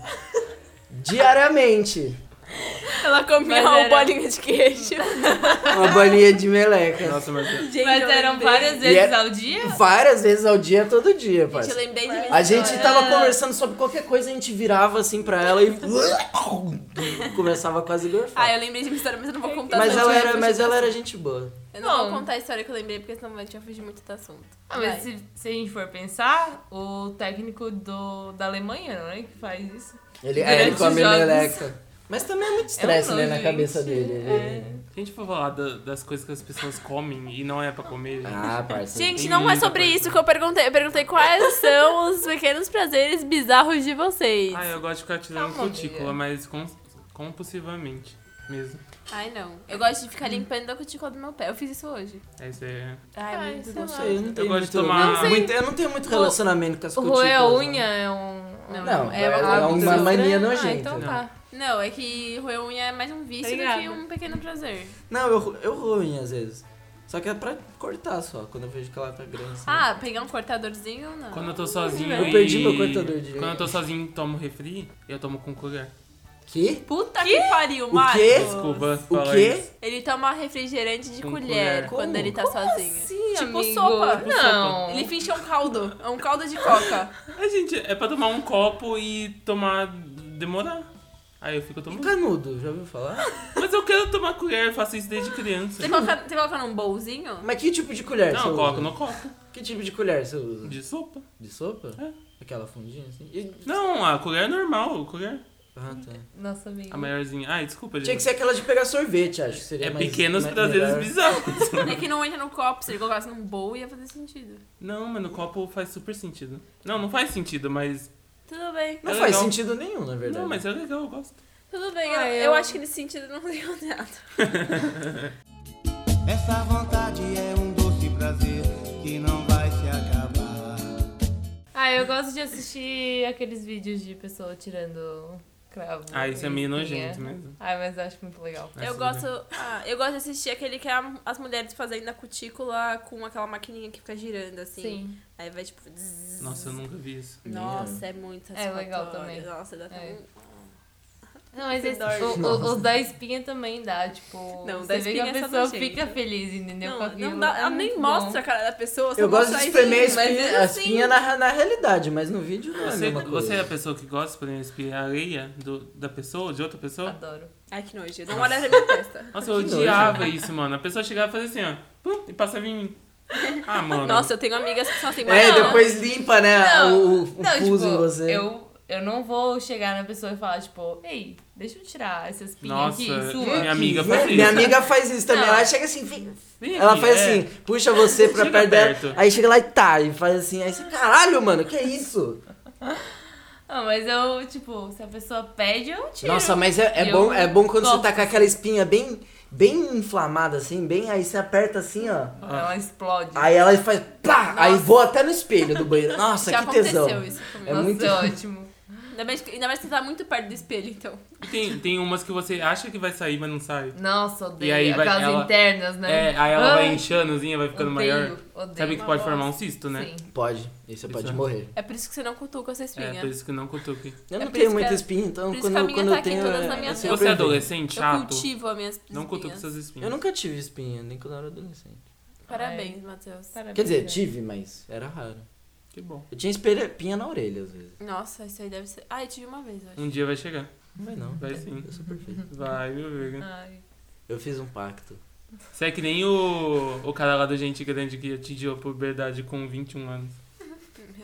Speaker 2: diariamente
Speaker 1: Ela comia
Speaker 3: Mas
Speaker 1: uma
Speaker 3: era-
Speaker 1: bolinha de queijo.
Speaker 2: uma bolinha de meleca
Speaker 4: Nossa, mas...
Speaker 1: Gente,
Speaker 3: Mas
Speaker 1: eu
Speaker 3: eram
Speaker 1: lembrei.
Speaker 3: várias
Speaker 2: E
Speaker 3: vezes
Speaker 2: é-
Speaker 3: ao dia?
Speaker 2: várias vezes ao dia todo dia
Speaker 1: Gente, eu
Speaker 2: parceiro.
Speaker 1: lembrei de mim.
Speaker 2: a gente
Speaker 4: tá-
Speaker 2: tava conversando sobre qualquer coisa a gente virava assim pra ela e começava quase a
Speaker 1: Ah,
Speaker 2: gorfar
Speaker 1: eu lembrei de uma história, mas eu não vou contar
Speaker 2: mas
Speaker 1: senão
Speaker 2: ela
Speaker 1: eu ia
Speaker 2: era
Speaker 1: fugir
Speaker 2: mas
Speaker 1: do
Speaker 2: ela era
Speaker 1: assunto.
Speaker 2: gente boa
Speaker 1: Eu não vou
Speaker 3: Bom.
Speaker 1: contar a história que eu lembrei, porque senão a gente vai fugir muito do assunto.
Speaker 3: Ah, mas
Speaker 1: Vai.
Speaker 3: se, se a gente for pensar, o técnico do, da Alemanha, não é? Que faz isso.
Speaker 2: ele, é,
Speaker 3: Durante
Speaker 2: ele come
Speaker 3: os jogos.
Speaker 2: meleca Mas também é muito estresse, né, na
Speaker 3: gente.
Speaker 2: cabeça dele. ele-
Speaker 4: Se a gente for falar da- das coisas que as pessoas comem e não é pra comer, gente.
Speaker 2: Ah, parceiro.
Speaker 1: Gente,
Speaker 4: Tem
Speaker 1: não é
Speaker 4: muita
Speaker 1: sobre
Speaker 4: coisa.
Speaker 1: isso que eu perguntei. Eu perguntei quais são os pequenos prazeres bizarros de vocês.
Speaker 4: Ah, eu gosto de ficar tirando
Speaker 3: Calma,
Speaker 4: cutícula,
Speaker 3: amiga.
Speaker 4: mas cons- compulsivamente mesmo.
Speaker 1: Ai, não. Eu gosto de ficar limpando a cutícula do meu pé. Eu fiz isso hoje.
Speaker 4: É isso aí.
Speaker 1: Ai, é
Speaker 3: Ai,
Speaker 1: muito
Speaker 3: sei
Speaker 2: Não
Speaker 1: gostoso.
Speaker 2: sei, eu não tenho
Speaker 4: gosto de
Speaker 2: muito,
Speaker 4: tomar-
Speaker 2: muito-
Speaker 4: Não sei.
Speaker 2: muito- eu não tenho muito relacionamento com as
Speaker 3: Roer a
Speaker 2: cutículas, não.
Speaker 3: unha é um...
Speaker 1: Não.
Speaker 2: Não,
Speaker 1: É
Speaker 2: é,
Speaker 1: uma
Speaker 2: é uma
Speaker 1: coisa
Speaker 2: mania
Speaker 3: Ah,
Speaker 2: nojenta.
Speaker 3: então
Speaker 4: Não.
Speaker 3: tá.
Speaker 1: Não, é que roer unha é mais um vício do que
Speaker 3: Obrigada.
Speaker 1: um pequeno prazer.
Speaker 2: Não, eu, ro- eu roo unha às vezes. Só que é pra cortar só, quando eu vejo que ela tá grande. assim.
Speaker 1: Ah, pegar um cortadorzinho, não.
Speaker 4: Quando eu tô sozinho.
Speaker 2: Ah, Eu perdi
Speaker 4: e-
Speaker 2: meu cortador de-
Speaker 4: Quando eu tô sozinho e tomo refri, eu tomo com colher.
Speaker 2: Que?
Speaker 1: Puta que, pariu, Marcos.
Speaker 2: quê?
Speaker 4: Desculpa
Speaker 2: É. O
Speaker 4: falar
Speaker 2: quê?
Speaker 4: isso.
Speaker 1: Ele toma refrigerante de
Speaker 4: Com
Speaker 1: colher
Speaker 4: colher.
Speaker 1: quando
Speaker 2: Como? assim?
Speaker 1: ele tá sozinho. tipo
Speaker 3: amigo?
Speaker 1: sopa.
Speaker 3: Não.
Speaker 1: Ele finge um caldo. É um caldo de coca.
Speaker 4: Ah, gente, é pra tomar um copo e tomar. demorar. Aí eu fico
Speaker 2: E
Speaker 4: tomando.
Speaker 2: canudo, já ouviu falar?
Speaker 4: Mas eu quero tomar colher, eu faço isso desde criança.
Speaker 1: Você coloca, você coloca num bolzinho?
Speaker 2: Mas que tipo de colher
Speaker 4: Não,
Speaker 2: você
Speaker 4: eu coloco
Speaker 2: usa?
Speaker 4: no copo.
Speaker 2: Que tipo de colher você usa?
Speaker 4: De sopa.
Speaker 2: De sopa?
Speaker 4: É.
Speaker 2: Aquela fundinha assim? E-
Speaker 4: Não, a colher é normal, a colher. é
Speaker 2: Ah, tá.
Speaker 3: Nossa, amigo.
Speaker 4: A maiorzinha. Ai, desculpa, gente.
Speaker 2: Tinha que ser aquela de pegar sorvete, acho que seria
Speaker 4: É
Speaker 2: mais...
Speaker 4: pequenos
Speaker 2: mais-
Speaker 4: prazeres
Speaker 2: melhor.
Speaker 4: bizarros.
Speaker 1: É que não entra no copo. Se ele colocasse num bowl, ia fazer sentido.
Speaker 4: Não, mas no copo faz super sentido. Não, não faz sentido, mas.
Speaker 1: Tudo bem.
Speaker 2: Não
Speaker 4: É
Speaker 2: faz
Speaker 4: legal.
Speaker 2: sentido nenhum, na verdade.
Speaker 4: Não, mas é legal, eu gosto.
Speaker 1: Tudo bem.
Speaker 3: Ah,
Speaker 1: eu,
Speaker 3: eu-
Speaker 1: eu acho que nesse sentido não deu nada.
Speaker 5: Essa vontade é um doce prazer que não vai se acabar.
Speaker 3: Ah, eu gosto de assistir aqueles vídeos de pessoa tirando cravo.
Speaker 4: Ah, isso é meio
Speaker 3: e
Speaker 4: nojento
Speaker 3: espinha.
Speaker 4: mesmo.
Speaker 3: Ai, mas eu acho muito legal.
Speaker 4: Mas
Speaker 1: eu,
Speaker 4: tudo
Speaker 1: gosto,
Speaker 4: bem.
Speaker 1: ah, eu gosto de assistir aquele que é a- as mulheres fazendo a cutícula com aquela maquininha que fica girando assim.
Speaker 3: Sim.
Speaker 1: Aí vai tipo. zzz.
Speaker 4: Nossa, eu nunca vi isso.
Speaker 1: Nossa, é muito
Speaker 3: É legal
Speaker 1: satisfatório.
Speaker 3: também.
Speaker 1: Nossa, dá até
Speaker 3: É.
Speaker 1: um.
Speaker 3: Não, mas esse,
Speaker 1: Dói.
Speaker 3: o- o- os da espinha também dá, tipo.
Speaker 1: Não,
Speaker 3: você
Speaker 1: da
Speaker 3: vê que a
Speaker 1: espinha é só
Speaker 3: pessoa
Speaker 1: nojento.
Speaker 3: fica feliz, entendeu? com
Speaker 1: Não,
Speaker 3: aquilo.
Speaker 1: não dá,
Speaker 3: É
Speaker 1: ela nem
Speaker 3: muito
Speaker 1: mostra a
Speaker 3: bom.
Speaker 1: cara da pessoa. só
Speaker 2: Eu gosto de
Speaker 1: mostra
Speaker 2: espremer a
Speaker 1: isso, mas
Speaker 2: espinha,
Speaker 1: é
Speaker 2: a
Speaker 1: assim.
Speaker 2: espinha na, na realidade, mas no vídeo não é a
Speaker 4: Você,
Speaker 2: mesma coisa.
Speaker 4: você é a pessoa que gosta, por exemplo, espiar a areia do- da pessoa ou de outra pessoa?
Speaker 3: Adoro.
Speaker 1: Ai, que nojo.
Speaker 2: Ah.
Speaker 1: Não olha pra minha testa.
Speaker 4: Nossa, eu
Speaker 2: Que nojo.
Speaker 4: odiava isso, mano. A pessoa chegava e fazia assim, ó. pum, e passava em mim. Ah, mano.
Speaker 1: Nossa, eu tenho amigas que são assim, mas.
Speaker 2: É,
Speaker 1: não.
Speaker 2: depois limpa,
Speaker 4: É,
Speaker 2: né, o, o
Speaker 3: não, tipo,
Speaker 2: fuso em você.
Speaker 3: Eu, eu não vou chegar na pessoa e falar, tipo, ei, deixa eu tirar essa espinha
Speaker 4: Nossa,
Speaker 3: aqui,
Speaker 4: minha
Speaker 3: sua.
Speaker 4: amiga
Speaker 2: Minha-
Speaker 4: faz isso.
Speaker 2: Minha amiga faz isso também.
Speaker 3: Não.
Speaker 2: Ela chega assim, vem-
Speaker 4: Vem
Speaker 2: ela
Speaker 4: aqui,
Speaker 2: faz
Speaker 4: é.
Speaker 2: assim, puxa você pra
Speaker 4: Chega
Speaker 2: perto dela.
Speaker 4: perto.
Speaker 2: Aí chega lá e tá, e faz assim. Aí você, caralho, mano, que é isso?
Speaker 3: Ah, mas eu, tipo, se a pessoa pede, eu tiro.
Speaker 2: Nossa, mas é, é
Speaker 3: Eu
Speaker 2: bom, é bom quando
Speaker 3: gosto.
Speaker 2: você tá com aquela espinha bem, bem inflamada, assim, bem. Aí você aperta assim, ó.
Speaker 3: Ela explode.
Speaker 2: Aí ela faz pá, aí voa até no espelho do banheiro. Nossa,
Speaker 1: Já
Speaker 2: que tesão.
Speaker 1: aconteceu isso comigo.
Speaker 2: É
Speaker 3: Nossa,
Speaker 2: muito-
Speaker 3: é ótimo.
Speaker 1: Ainda mais, que- ainda mais que você tá muito perto do espelho, então.
Speaker 4: E Tem, tem umas que você acha que vai sair, mas não sai.
Speaker 3: Nossa, odeio.
Speaker 4: E aí vai-
Speaker 3: Aquelas
Speaker 4: ela-
Speaker 3: internas, né?
Speaker 4: É, aí ela vai
Speaker 1: Ah.
Speaker 3: Ai,
Speaker 4: inchando, assim, vai ficando
Speaker 3: odeio,
Speaker 4: maior.
Speaker 3: Odeio.
Speaker 4: Sabe que
Speaker 1: Uma
Speaker 4: pode
Speaker 1: bosta.
Speaker 4: formar um cisto, né?
Speaker 3: Sim.
Speaker 2: Pode, e você pode
Speaker 4: é-
Speaker 2: morrer.
Speaker 1: É por isso que você não cutuca essa espinha.
Speaker 4: É, por isso que não cutuque.
Speaker 2: Eu
Speaker 1: É por
Speaker 2: não
Speaker 1: isso
Speaker 2: tenho
Speaker 1: que
Speaker 2: muita
Speaker 1: a-
Speaker 2: espinha, então
Speaker 1: por isso
Speaker 2: quando,
Speaker 1: que a
Speaker 2: eu-
Speaker 1: minha
Speaker 2: quando
Speaker 1: tá
Speaker 2: eu
Speaker 1: aqui
Speaker 2: tenho.
Speaker 1: todas
Speaker 2: é-
Speaker 1: na minha
Speaker 2: é
Speaker 4: Se
Speaker 2: sempre
Speaker 1: Eu
Speaker 4: você é
Speaker 2: bem.
Speaker 4: adolescente,
Speaker 1: Eu
Speaker 4: chato,
Speaker 1: cultivo as minhas espinhas.
Speaker 4: não cutuque suas espinhas.
Speaker 2: Eu nunca tive espinha, nem quando eu era adolescente.
Speaker 1: Parabéns, Matheus.
Speaker 3: Parabéns,
Speaker 2: Quer dizer,
Speaker 3: né?
Speaker 2: tive, mas era raro.
Speaker 4: Que bom.
Speaker 2: Eu tinha espinha na orelha às vezes.
Speaker 1: Nossa, isso aí deve ser. Ah, eu tive uma vez, eu acho.
Speaker 4: Um dia vai chegar.
Speaker 2: Não vai não.
Speaker 4: Vai sim.
Speaker 2: Eu sou perfeito.
Speaker 4: Vai, meu amigo.
Speaker 3: Ai.
Speaker 2: Eu fiz um pacto.
Speaker 1: Ah.
Speaker 4: Você é que nem o, o cara lá do Gente Grande que atingiu a puberdade com 21 anos.
Speaker 1: Meu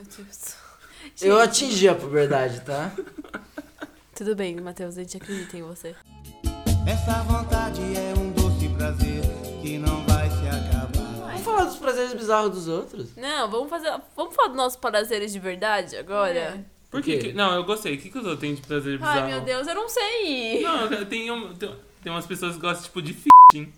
Speaker 1: Deus.
Speaker 2: Eu
Speaker 1: Gente,
Speaker 2: atingi a puberdade, tá?
Speaker 1: Tudo bem, Matheus, a gente acredita em você.
Speaker 5: Essa vontade é um doce prazer que não vai se acabar.
Speaker 2: Vamos falar dos prazeres bizarros dos outros?
Speaker 1: Não, vamos fazer. Vamos falar dos nossos prazeres de verdade agora?
Speaker 4: Por
Speaker 2: O
Speaker 4: que?
Speaker 2: quê?
Speaker 4: que- Não, eu gostei. O que, que os outros têm de prazer bizarro?
Speaker 1: Ai, meu Deus, eu não sei.
Speaker 4: Não, eu- tem, um- tem, tem umas pessoas que gostam, tipo, de f***ing.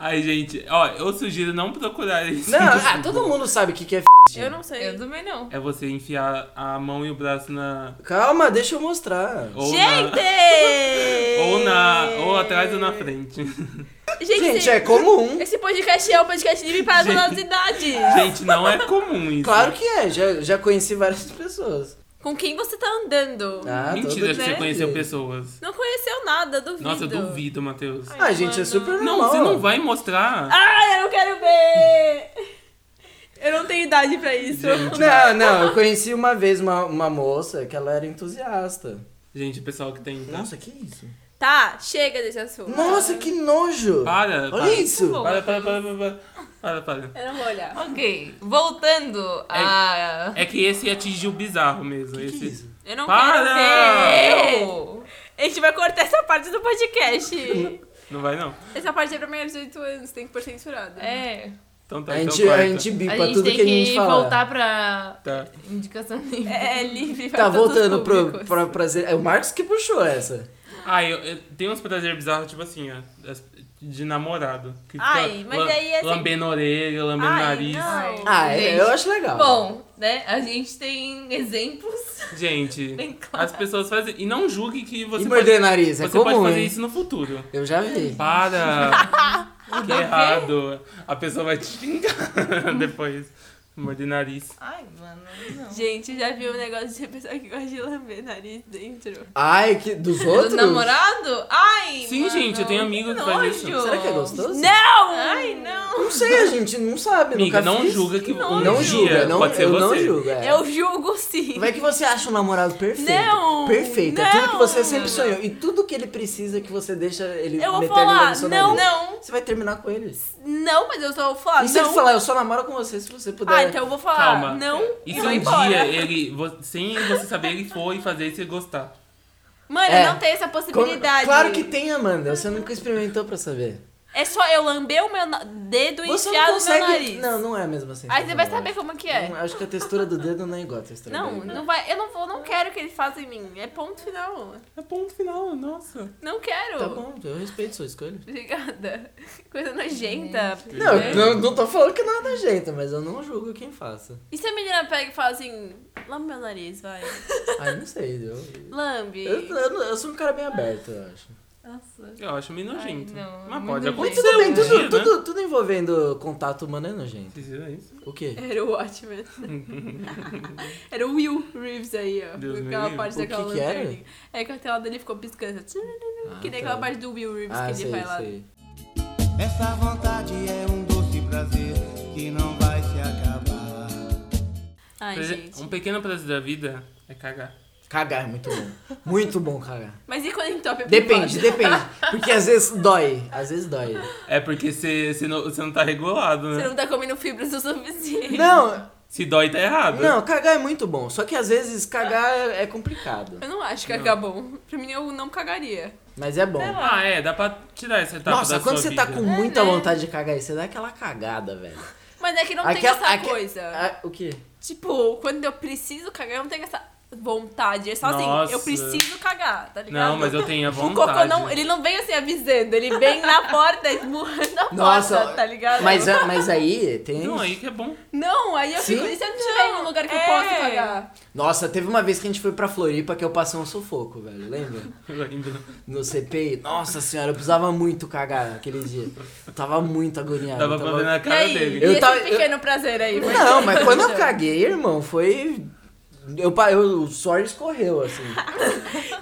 Speaker 4: Ai, gente, ó, eu sugiro não procurar isso.
Speaker 2: Não, ah, todo mundo sabe o que que é f...
Speaker 1: Eu não sei.
Speaker 3: Eu também não.
Speaker 4: É você enfiar a mão e o braço na...
Speaker 2: Calma, deixa eu mostrar.
Speaker 4: Ou na...
Speaker 1: Gente!
Speaker 4: Ou na... Ou atrás ou na frente.
Speaker 1: Gente,
Speaker 2: Gente,
Speaker 1: esse,
Speaker 2: é comum.
Speaker 1: esse podcast é um podcast livre para
Speaker 4: Gente.
Speaker 1: todas as idades.
Speaker 4: gente, não é comum isso.
Speaker 2: Claro que é, já, já conheci várias pessoas.
Speaker 1: Com quem você tá andando?
Speaker 2: Ah,
Speaker 4: Mentira que
Speaker 2: todo
Speaker 4: você
Speaker 2: dia.
Speaker 4: conheceu pessoas.
Speaker 1: Não conheceu nada, duvido.
Speaker 4: Nossa, eu duvido, Matheus.
Speaker 2: Ah, gente, é
Speaker 3: Mano.
Speaker 2: super
Speaker 4: Não,
Speaker 2: normal.
Speaker 4: você não vai mostrar.
Speaker 1: Ai, eu não quero ver! Eu não tenho idade pra isso.
Speaker 2: Não, não, eu conheci uma vez uma, uma moça que ela era entusiasta.
Speaker 4: Gente, o pessoal que tem... Tá?
Speaker 2: que isso?
Speaker 1: Tá, chega desse assunto.
Speaker 2: Nossa, que nojo!
Speaker 4: Para, para.
Speaker 2: Olha isso!
Speaker 3: Bom,
Speaker 4: Para, para, para, para, para, para, para.
Speaker 1: Eu não vou olhar.
Speaker 3: Ok, voltando a.
Speaker 4: É que esse atingiu o bizarro mesmo.
Speaker 2: Que que é
Speaker 4: esse...
Speaker 2: isso?
Speaker 1: Eu não
Speaker 4: Para!
Speaker 1: quero ver!
Speaker 3: Eu!
Speaker 1: É gente vai cortar essa parte do podcast.
Speaker 4: Não vai não.
Speaker 1: essa parte é pra maiores de 18 anos, tem que pôr censurada.
Speaker 3: É.
Speaker 4: Então tá,
Speaker 2: A
Speaker 4: então
Speaker 2: gente, a
Speaker 4: corta.
Speaker 2: gente bipa
Speaker 3: A gente
Speaker 2: tudo
Speaker 3: tem
Speaker 2: que a gente fala.
Speaker 3: voltar pra
Speaker 4: Tá.
Speaker 3: indicação livre.
Speaker 1: É, é livre pra
Speaker 2: Tá
Speaker 1: todos os
Speaker 2: voltando pro,
Speaker 1: públicos.
Speaker 2: pra, pra, É o Marcos que puxou essa.
Speaker 4: Ah, eu, eu- tem umas pedazinhas bizarras, tipo assim, ó, das- de namorado. Que fica
Speaker 1: Ai, mas
Speaker 4: la-
Speaker 1: aí, assim-
Speaker 4: Lambendo a orelha, lambendo o
Speaker 1: Ai,
Speaker 4: nariz.
Speaker 1: não.
Speaker 2: Ah, é,
Speaker 3: Gente.
Speaker 2: eu acho legal.
Speaker 3: Bom, né? A gente tem exemplos.
Speaker 4: Gente,
Speaker 3: Bem claro.
Speaker 4: as pessoas fazem. E não julgue que você. pode-
Speaker 2: e morder nariz, é
Speaker 4: Você
Speaker 2: comum,
Speaker 4: pode fazer
Speaker 2: hein?
Speaker 4: isso no futuro.
Speaker 2: Eu já vi.
Speaker 4: Para! que errado! A pessoa vai te xingar depois. Morder nariz.
Speaker 3: Ai, mano, não.
Speaker 1: Gente, já vi um negócio de pessoa que gosta de lamber nariz dentro.
Speaker 2: Ai, que dos outros?
Speaker 3: Do namorado? Ai,
Speaker 4: Sim,
Speaker 3: mano,
Speaker 4: gente, eu tenho amigo que faz
Speaker 3: nojo.
Speaker 4: isso.
Speaker 2: Será que é gostoso?
Speaker 1: Não!
Speaker 3: Ai, não.
Speaker 2: Não sei, a gente não sabe.
Speaker 4: Amiga,
Speaker 2: nunca
Speaker 4: não
Speaker 2: fiz.
Speaker 4: julga que um
Speaker 2: Não
Speaker 4: dia
Speaker 2: julga, não,
Speaker 4: pode ser
Speaker 2: eu
Speaker 4: você.
Speaker 2: não julgo. É.
Speaker 1: Eu julgo sim.
Speaker 2: Como é que você acha um namorado perfeito?
Speaker 1: Não,
Speaker 2: Perfeito, é tudo que você
Speaker 1: não.
Speaker 2: sempre sonhou. E tudo que ele precisa que você deixa ele
Speaker 1: Eu vou
Speaker 2: meter a língua
Speaker 1: falar,
Speaker 2: no seu
Speaker 1: não,
Speaker 2: nariz.
Speaker 3: Não.
Speaker 2: Você vai terminar com ele.
Speaker 1: Não, mas eu só vou falar.
Speaker 2: e né? se ele
Speaker 1: Ah, não.
Speaker 2: falar, eu só namoro com você se você
Speaker 1: Ah,
Speaker 2: puder.
Speaker 1: então eu vou falar.
Speaker 4: Calma.
Speaker 2: É.
Speaker 1: Não,
Speaker 4: E
Speaker 1: e
Speaker 4: se
Speaker 1: vou
Speaker 4: um
Speaker 1: embora.
Speaker 4: dia ele, vo- sem você saber, ele for e fazer e você gostar?
Speaker 1: Mano,
Speaker 2: É.
Speaker 1: não tem essa
Speaker 2: Como-
Speaker 1: possibilidade.
Speaker 2: Claro que tem, Amanda. Você nunca experimentou pra saber.
Speaker 1: É só eu lamber o meu na- dedo e
Speaker 2: Você
Speaker 1: enfiar
Speaker 2: não
Speaker 1: no meu
Speaker 2: consegue.
Speaker 1: nariz.
Speaker 2: Não, não é mesmo assim.
Speaker 1: Aí você vai saber como que é.
Speaker 2: acho que a textura do dedo não é igual a textura do
Speaker 1: Não,
Speaker 2: dedo.
Speaker 1: não vai. Eu não vou, não quero que ele faça em mim. É ponto final.
Speaker 4: É ponto final, nossa.
Speaker 1: Não quero.
Speaker 2: Tá bom, eu respeito sua escolha.
Speaker 1: Obrigada. Coisa nojenta.
Speaker 2: Não,
Speaker 1: É.
Speaker 2: não, não tô falando que nada é jeito, mas eu não julgo quem faça.
Speaker 1: E se a menina pega e fala assim, lambe meu nariz, vai.
Speaker 2: Ai, não sei, eu.
Speaker 1: Lambe.
Speaker 2: Eu, eu- eu sou um cara bem aberto, eu acho.
Speaker 3: Nossa.
Speaker 4: Eu acho meio
Speaker 3: Ai,
Speaker 4: nojento.
Speaker 3: não,
Speaker 4: Mas
Speaker 3: muito
Speaker 4: pode
Speaker 3: nojento.
Speaker 2: Mas
Speaker 4: acontecer.
Speaker 2: tudo bem,
Speaker 4: um
Speaker 2: tudo,
Speaker 1: é
Speaker 4: dia, Né?
Speaker 2: tudo, tudo envolvendo contato humano é nojento.
Speaker 4: Vocês viram isso?
Speaker 2: O quê?
Speaker 1: Era o Watchmen. era o Will Reeves aí, ó.
Speaker 4: Deus
Speaker 1: com
Speaker 4: me
Speaker 1: aquela
Speaker 4: livre.
Speaker 1: parte
Speaker 2: O
Speaker 1: daquela
Speaker 2: que que era?
Speaker 1: lanterninha. É que a tela dele ficou piscando. assim,
Speaker 2: Ah,
Speaker 1: que nem
Speaker 2: tá.
Speaker 1: aquela parte do Will Reeves que
Speaker 2: Ah,
Speaker 1: ele
Speaker 2: sei,
Speaker 1: vai lá.
Speaker 2: sei.
Speaker 5: Essa vontade é um doce prazer que não vai se acabar.
Speaker 1: Ai,
Speaker 4: Prazer-
Speaker 1: gente.
Speaker 4: Um pequeno prazer da vida é cagar.
Speaker 2: Cagar é muito bom. Muito bom cagar.
Speaker 1: Mas e quando entope a
Speaker 2: Depende,
Speaker 1: privada?
Speaker 2: depende. Porque às vezes dói. Às vezes dói.
Speaker 4: É porque você você não, você não tá regulado, né?
Speaker 1: Você não tá comendo fibras o suficiente.
Speaker 2: Não,
Speaker 4: Se dói, tá errado.
Speaker 2: não, cagar é muito bom. Só que às vezes cagar é é complicado.
Speaker 1: Eu não acho que é acabou. Pra mim, eu não cagaria.
Speaker 2: Mas é bom.
Speaker 4: Ah, é, dá pra tirar essa etapa
Speaker 2: Nossa,
Speaker 4: da
Speaker 2: quando
Speaker 4: sua
Speaker 2: você tá
Speaker 4: vida.
Speaker 2: com muita
Speaker 1: É, né?
Speaker 2: vontade de cagar aí, você dá aquela cagada, velho.
Speaker 1: Mas é que não
Speaker 2: Aquela-
Speaker 1: tem essa
Speaker 2: aque-
Speaker 1: coisa.
Speaker 2: Ah, o quê?
Speaker 1: Tipo, quando eu preciso cagar, eu não tenho essa vontade. É só assim,
Speaker 4: Nossa.
Speaker 1: eu preciso cagar, tá ligado?
Speaker 4: Não, mas eu tenho a
Speaker 1: O
Speaker 4: vontade.
Speaker 1: cocô não, ele não vem assim avisando, ele vem na porta, esmurrando a
Speaker 2: Nossa,
Speaker 1: porta, tá ligado?
Speaker 2: Mas, a- mas aí tem.
Speaker 4: Não, aí que é bom.
Speaker 1: Não, aí eu fico,
Speaker 2: Sim.
Speaker 1: e se eu não tiver em um lugar que eu
Speaker 3: É.
Speaker 1: posso cagar?
Speaker 2: Nossa, teve uma vez que a gente foi pra Floripa que eu passei um sufoco, velho. Lembra?
Speaker 4: Eu lembro.
Speaker 2: No CPI. Nossa senhora, eu precisava muito cagar aquele dia. Eu tava muito agoniado.
Speaker 4: Dava
Speaker 2: tava-
Speaker 4: pra ver na
Speaker 1: Então, E
Speaker 4: cara
Speaker 1: aí,
Speaker 4: dele.
Speaker 1: e
Speaker 2: Eu
Speaker 1: esse
Speaker 2: tava- eu-
Speaker 1: pequeno prazer aí? Foi
Speaker 2: Não, mas quando eu
Speaker 1: tudo.
Speaker 2: caguei, irmão, foi. Eu, pa- eu, o suor escorreu, assim.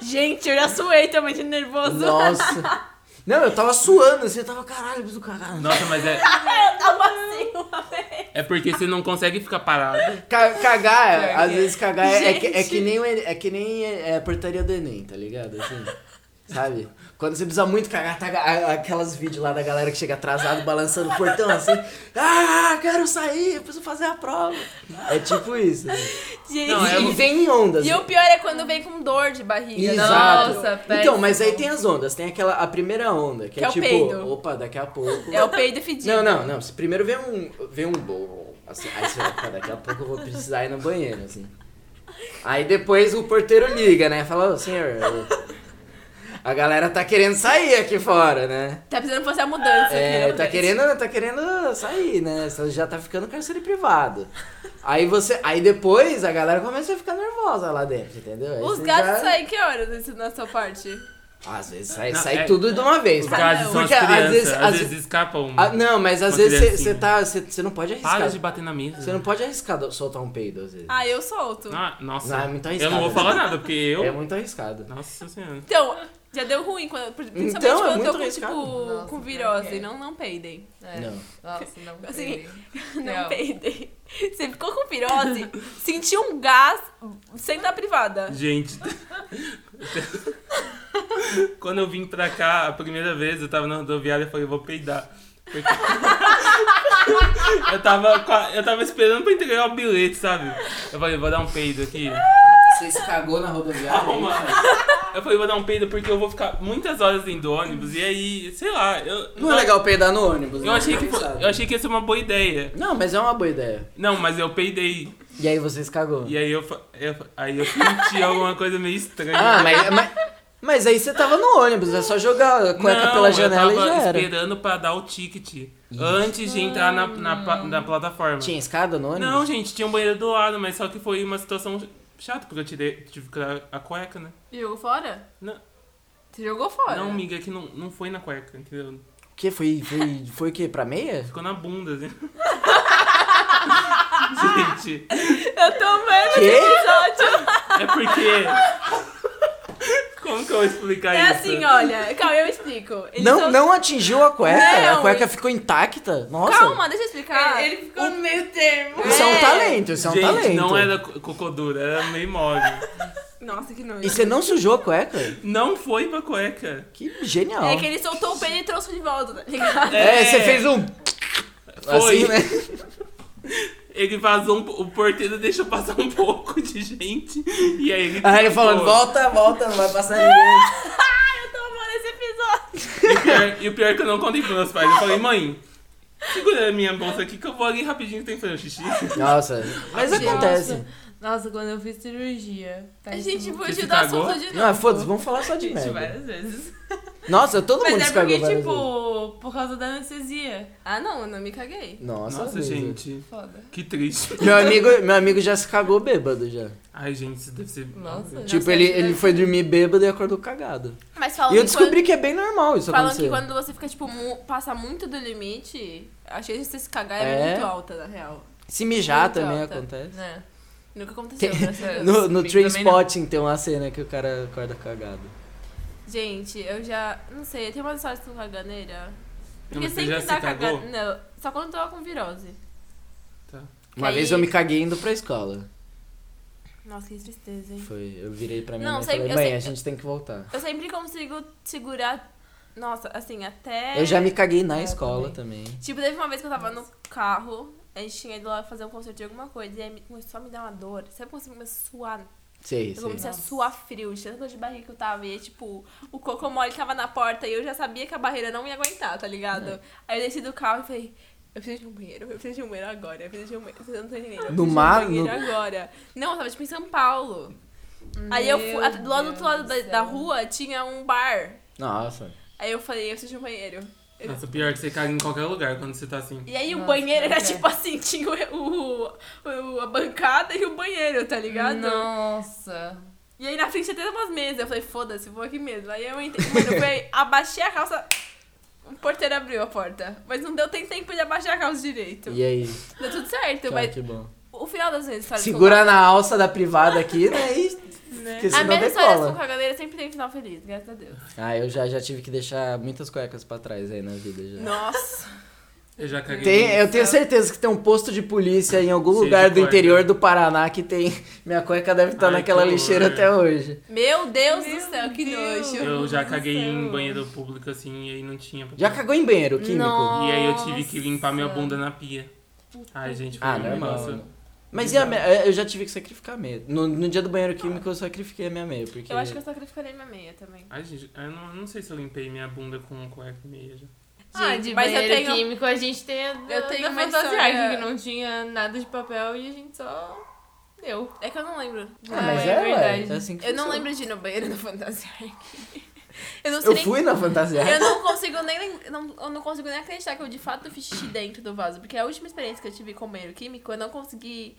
Speaker 1: Gente, eu já suei também de nervoso.
Speaker 2: Nossa. Não, eu tava suando, assim, eu tava, caralho, eu preciso cagar.
Speaker 4: Nossa, mas é,
Speaker 1: Eu tava assim uma vez.
Speaker 4: é porque você não consegue ficar parado.
Speaker 2: Ca- Cagar, é- às vezes cagar é, é que, é
Speaker 1: Gente.
Speaker 2: que nem, o Enem- é que nem é, é a portaria do Enem, tá ligado? Assim, sabe? Quando você precisa muito cagar, tá a- aquelas vídeos lá da galera que chega atrasado, balançando o portão assim. Ah, quero sair, eu preciso fazer a prova. É tipo isso. né?
Speaker 1: Gente,
Speaker 4: Não, é
Speaker 2: e vem em ondas.
Speaker 1: e o pior é quando vem com dor de barriga.
Speaker 2: Exato.
Speaker 1: Nossa,
Speaker 2: então, mas aí
Speaker 1: péssimo.
Speaker 2: tem as ondas. Tem aquela, a primeira onda, que,
Speaker 1: Que
Speaker 2: é,
Speaker 1: é o
Speaker 2: tipo,
Speaker 1: peido.
Speaker 2: opa, daqui a pouco.
Speaker 1: É o peido fedido.
Speaker 2: Não, não, não. Se primeiro vem um. Vem um bolo. Assim, aí você fala, "Pô, daqui a pouco eu vou precisar ir no banheiro, assim. Aí depois o porteiro liga, né? Fala, ô senhor. eu- A galera tá querendo sair aqui fora, né?
Speaker 1: Tá precisando fazer a mudança aqui.
Speaker 2: É,
Speaker 1: né,
Speaker 2: tá
Speaker 1: gente?
Speaker 2: querendo, tá querendo sair, né? Você já tá ficando cárcere privado. Aí você. Aí depois a galera começa a ficar nervosa lá dentro, entendeu? Aí
Speaker 1: Os
Speaker 2: você
Speaker 1: gatos
Speaker 2: já-
Speaker 1: saem que horas nesse- na sua parte?
Speaker 2: Às vezes sai,
Speaker 4: Não,
Speaker 2: sai
Speaker 4: é-
Speaker 2: tudo de uma vez.
Speaker 4: Os gases são as
Speaker 2: Porque às
Speaker 4: crianças. Às
Speaker 2: vezes-
Speaker 4: vezes, né?
Speaker 2: às
Speaker 4: escapa uma.
Speaker 2: Ah, não, mas às
Speaker 4: Uma
Speaker 2: vezes você
Speaker 4: criancinha.
Speaker 2: tá. Você não pode
Speaker 4: Para
Speaker 2: arriscar.
Speaker 4: de bater na mesa.
Speaker 2: Você não pode arriscar do- soltar um peido, às vezes.
Speaker 1: Ah, eu solto.
Speaker 4: Ah, nossa,
Speaker 2: Não, é muito
Speaker 4: eu não
Speaker 2: arriscado.
Speaker 4: vou falar nada, porque eu...
Speaker 2: É muito arriscado.
Speaker 4: Nossa senhora.
Speaker 1: Então, já deu ruim, quando, principalmente
Speaker 2: Então, é
Speaker 1: quando eu
Speaker 2: muito
Speaker 1: tô com, tipo,
Speaker 2: arriscado.
Speaker 3: Nossa,
Speaker 1: com
Speaker 3: pior que
Speaker 1: virose.
Speaker 3: é.
Speaker 1: Não, não peidem.
Speaker 3: É.
Speaker 2: Não.
Speaker 3: Nossa, não
Speaker 1: Assim,
Speaker 3: sei.
Speaker 1: Não,
Speaker 3: Não.
Speaker 1: peidem. Você ficou com virose, sentiu um gás, senta na privada.
Speaker 4: Gente... Quando eu vim pra cá, a primeira vez, eu tava na rodoviária e falei, eu vou peidar. Porque- eu, tava, com a- eu tava esperando pra entregar o bilhete, sabe? Eu falei, vou dar um peido aqui.
Speaker 2: Você se cagou na rodoviária?
Speaker 4: Calma. Eu falei, vou dar um peido porque eu vou ficar muitas horas dentro do ônibus e aí, sei lá. Eu,
Speaker 2: Não é legal peidar no ônibus,
Speaker 4: Eu
Speaker 2: né?
Speaker 4: achei, que,
Speaker 2: Quem sabe?
Speaker 4: eu achei que ia ser uma boa ideia.
Speaker 2: Não, mas é uma boa ideia.
Speaker 4: Não, mas eu peidei.
Speaker 2: E aí você se cagou.
Speaker 4: E aí eu, fa- eu fa- aí eu senti alguma coisa meio estranha.
Speaker 2: Ah, mas, mas, mas aí você tava no ônibus, é só jogar a cueca
Speaker 4: Não,
Speaker 2: pela janela
Speaker 4: eu
Speaker 2: e
Speaker 4: tava
Speaker 2: já era.
Speaker 4: esperando pra dar o ticket antes de entrar na, na,
Speaker 1: Hum.
Speaker 4: pla- na plataforma.
Speaker 2: Tinha escada no ônibus?
Speaker 4: Não, gente, tinha um banheiro do lado, mas só que foi uma situação chata, porque eu tirei, tive que tirar a cueca, né?
Speaker 1: Jogou fora?
Speaker 4: Não.
Speaker 1: Você jogou fora?
Speaker 4: Não, miga, que não, não foi na cueca, entendeu?
Speaker 2: O que? Foi, foi, foi o quê? Pra meia?
Speaker 4: Ficou na bunda, assim. gente,
Speaker 1: Eu tô vendo
Speaker 2: Quê?
Speaker 1: esse episódio.
Speaker 4: é porque... Como que eu vou explicar
Speaker 1: É
Speaker 4: isso?
Speaker 1: assim, olha. Calma, eu explico. Eles
Speaker 2: Não,
Speaker 1: são-
Speaker 2: não atingiu a cueca? a
Speaker 1: Não,
Speaker 2: cueca
Speaker 1: e-
Speaker 2: ficou intacta? Nossa.
Speaker 1: Calma, deixa eu explicar.
Speaker 3: É, Ele ficou no meio termo.
Speaker 2: Isso é um
Speaker 1: É.
Speaker 2: talento, isso é um
Speaker 4: gente,
Speaker 2: talento.
Speaker 4: não era co- cocô duro, era meio mole.
Speaker 1: Nossa, que nojo.
Speaker 2: E você não sujou a cueca?
Speaker 4: Não foi pra cueca.
Speaker 2: Que genial.
Speaker 1: É que ele soltou o pênis e trouxe de volta, tá ligado?
Speaker 2: É, você fez um...
Speaker 4: Foi.
Speaker 2: Assim, né?
Speaker 4: Ele vazou, um, po- o porteiro deixou passar um pouco de gente. E aí ele.
Speaker 2: Aí ele
Speaker 4: ficou.
Speaker 2: falando, volta, volta, não vai passar ninguém.
Speaker 1: Eu tô amando esse episódio.
Speaker 4: E o, pior, e o pior é que eu não contei pros meus pais. Eu falei, mãe, segura a minha bolsa aqui que eu vou ali rapidinho que tem que fazer um xixi.
Speaker 2: Nossa, mas
Speaker 3: Nossa.
Speaker 2: acontece.
Speaker 3: Nossa, quando eu fiz cirurgia. tá
Speaker 1: A
Speaker 3: isso
Speaker 1: gente
Speaker 3: muito-
Speaker 4: se
Speaker 1: fugiu do assunto
Speaker 4: cagou?
Speaker 1: de
Speaker 2: Não,
Speaker 1: novo.
Speaker 2: Ah, foda-se, vamos falar só de
Speaker 3: Gente,
Speaker 2: merda.
Speaker 3: várias vezes.
Speaker 2: Nossa, todo
Speaker 3: Mas
Speaker 2: mundo
Speaker 3: é
Speaker 2: se cagou
Speaker 3: porque,
Speaker 2: várias vezes.
Speaker 3: tipo, por causa da anestesia.
Speaker 1: Ah, não, eu não me caguei.
Speaker 2: Nossa,
Speaker 4: Nossa,
Speaker 2: amigo.
Speaker 4: gente,
Speaker 3: Foda.
Speaker 4: que triste.
Speaker 2: Meu amigo, meu amigo já se cagou bêbado já.
Speaker 4: Ai, gente, isso deve ser.
Speaker 3: Nossa.
Speaker 2: tipo,
Speaker 1: sei,
Speaker 2: ele,
Speaker 1: isso
Speaker 2: ele
Speaker 1: deve
Speaker 2: foi dormir bêbado e acordou cagado.
Speaker 1: Mas falando
Speaker 2: E eu
Speaker 1: que
Speaker 2: descobri que é bem normal isso
Speaker 1: quando, falando
Speaker 2: acontecer.
Speaker 1: que quando você fica, tipo, mu- passa muito do limite, a chance de você se cagar é,
Speaker 2: É.
Speaker 1: muito alta, na real.
Speaker 2: Se mijar
Speaker 1: Muito
Speaker 2: também
Speaker 1: alta.
Speaker 2: acontece.
Speaker 3: Né?
Speaker 1: Nunca aconteceu,
Speaker 2: Tem-
Speaker 1: graças a Deus.
Speaker 2: No, no
Speaker 3: Comigo também
Speaker 2: Trainspotting tem uma cena que o cara acorda cagado.
Speaker 1: Gente, eu já. Não sei, tem umas histórias com caganeira.
Speaker 4: Não,
Speaker 1: Porque
Speaker 4: mas você
Speaker 1: sempre
Speaker 4: já
Speaker 3: tá
Speaker 1: dá
Speaker 4: se
Speaker 1: caga...
Speaker 4: cagou?
Speaker 1: Não, só quando eu tava com virose.
Speaker 4: Tá.
Speaker 2: Uma
Speaker 1: Aí-
Speaker 2: vez eu me caguei indo pra escola.
Speaker 1: Nossa, que tristeza, hein?
Speaker 2: Foi, eu virei pra minha
Speaker 1: Não,
Speaker 2: mãe e
Speaker 1: sei-
Speaker 2: falei,
Speaker 1: eu
Speaker 2: mãe,
Speaker 1: sei-
Speaker 2: a gente tem que voltar.
Speaker 1: Eu sempre consigo segurar. Nossa, assim, até.
Speaker 2: Eu já me caguei na
Speaker 3: É, eu
Speaker 2: escola também.
Speaker 1: Tipo, teve uma vez que eu tava no carro, a gente tinha ido lá fazer um concerto de alguma coisa, e aí me- começou a me dar uma dor. Sabe quando você começa a suar?
Speaker 2: Sei,
Speaker 1: Eu
Speaker 2: sei.
Speaker 1: comecei a suar frio, de tanta dor de barriga que eu tava. E aí, tipo, o cocô mole tava na porta e eu já sabia que a barreira não ia aguentar, tá ligado?
Speaker 3: É.
Speaker 1: Aí eu desci do carro e falei. Eu preciso de um banheiro, eu preciso de um banheiro agora, eu preciso de um banheiro, vocês não estão entendendo. Eu
Speaker 2: No
Speaker 1: preciso de um
Speaker 2: mar,
Speaker 1: banheiro
Speaker 2: no-
Speaker 1: agora. Não, eu tava tipo em São Paulo. Aí eu fui,
Speaker 3: Meu
Speaker 1: a- do lado do outro lado
Speaker 3: Deus
Speaker 1: da,
Speaker 3: do
Speaker 1: da
Speaker 3: céu.
Speaker 1: rua tinha um bar.
Speaker 2: Nossa.
Speaker 1: Aí eu falei, eu preciso de um banheiro. Eu-
Speaker 4: Nossa, pior é que você caga em qualquer lugar quando você tá assim.
Speaker 1: E aí o
Speaker 3: Nossa,
Speaker 1: banheiro era
Speaker 3: é.
Speaker 1: tipo assim, tinha o, o- o- a bancada e o banheiro, tá ligado?
Speaker 3: Nossa.
Speaker 1: E aí na frente tinha até umas mesas. Eu falei, foda-se, vou aqui mesmo. Aí eu entrei, mano, eu fui- abaixei a calça. O porteiro abriu a porta. Mas não deu tem tempo de abaixar a calça direito.
Speaker 2: E aí?
Speaker 1: Deu tudo certo,
Speaker 2: Tchau,
Speaker 1: mas
Speaker 2: que bom.
Speaker 1: o final das vezes histórias
Speaker 2: Segura na alça da privada aqui, né? E... Porque
Speaker 1: com... A
Speaker 2: senão
Speaker 1: minha história
Speaker 2: decola.
Speaker 1: com a galera sempre tem final feliz, graças a Deus.
Speaker 2: Ah, eu já, já tive que deixar muitas cuecas pra trás aí na vida já.
Speaker 1: Nossa.
Speaker 4: Eu já caguei.
Speaker 2: Tem,
Speaker 4: muito.
Speaker 2: eu tenho certeza que tem um posto de polícia em algum
Speaker 4: Cheio
Speaker 2: lugar
Speaker 4: de
Speaker 2: do
Speaker 4: cueca.
Speaker 2: interior do Paraná que tem. Minha cueca deve estar
Speaker 4: Ai,
Speaker 2: naquela
Speaker 4: que horror.
Speaker 2: lixeira até hoje.
Speaker 1: Meu Deus
Speaker 3: Meu
Speaker 1: do céu, que
Speaker 3: Deus.
Speaker 1: nojo.
Speaker 4: Eu já
Speaker 3: Meu Deus do
Speaker 4: caguei em
Speaker 3: céu.
Speaker 4: banheiro público assim e aí não tinha. pra-
Speaker 2: Já cagou em banheiro químico?
Speaker 3: Não.
Speaker 4: E aí eu tive que limpar minha
Speaker 3: Nossa.
Speaker 4: bunda na pia. Ai, gente, foi
Speaker 2: Ah,
Speaker 4: um
Speaker 2: normal.
Speaker 4: negócio.
Speaker 2: Mas e a meia? Eu já tive que sacrificar a meia. No, no dia do banheiro químico eu sacrifiquei a minha meia, porque.
Speaker 1: Eu acho que eu sacrificarei minha meia também.
Speaker 4: Ai, gente, eu não, não sei se eu limpei minha bunda com um cueca e meia já.
Speaker 1: Ah,
Speaker 3: Gente,
Speaker 1: de
Speaker 3: mas eu
Speaker 1: banheiro
Speaker 3: tenho... químico a gente tem a
Speaker 1: Eu tenho uma
Speaker 3: fantasia
Speaker 1: história-
Speaker 3: que não tinha nada de papel e a gente só deu.
Speaker 1: É que eu não lembro.
Speaker 2: Ah, mas
Speaker 3: Ah,
Speaker 2: é,
Speaker 3: é
Speaker 2: ué,
Speaker 3: verdade.
Speaker 2: é assim que
Speaker 1: Eu não
Speaker 2: funciona.
Speaker 1: lembro de ir no banheiro da Fantasia Arc. Eu não sei
Speaker 2: Eu
Speaker 1: nem.
Speaker 2: fui na fantasia.
Speaker 1: Eu não consigo nem. lem- Não, eu não consigo nem acreditar que eu de fato fiz xixi dentro do vaso. Porque é a última experiência que eu tive com banheiro químico, eu não consegui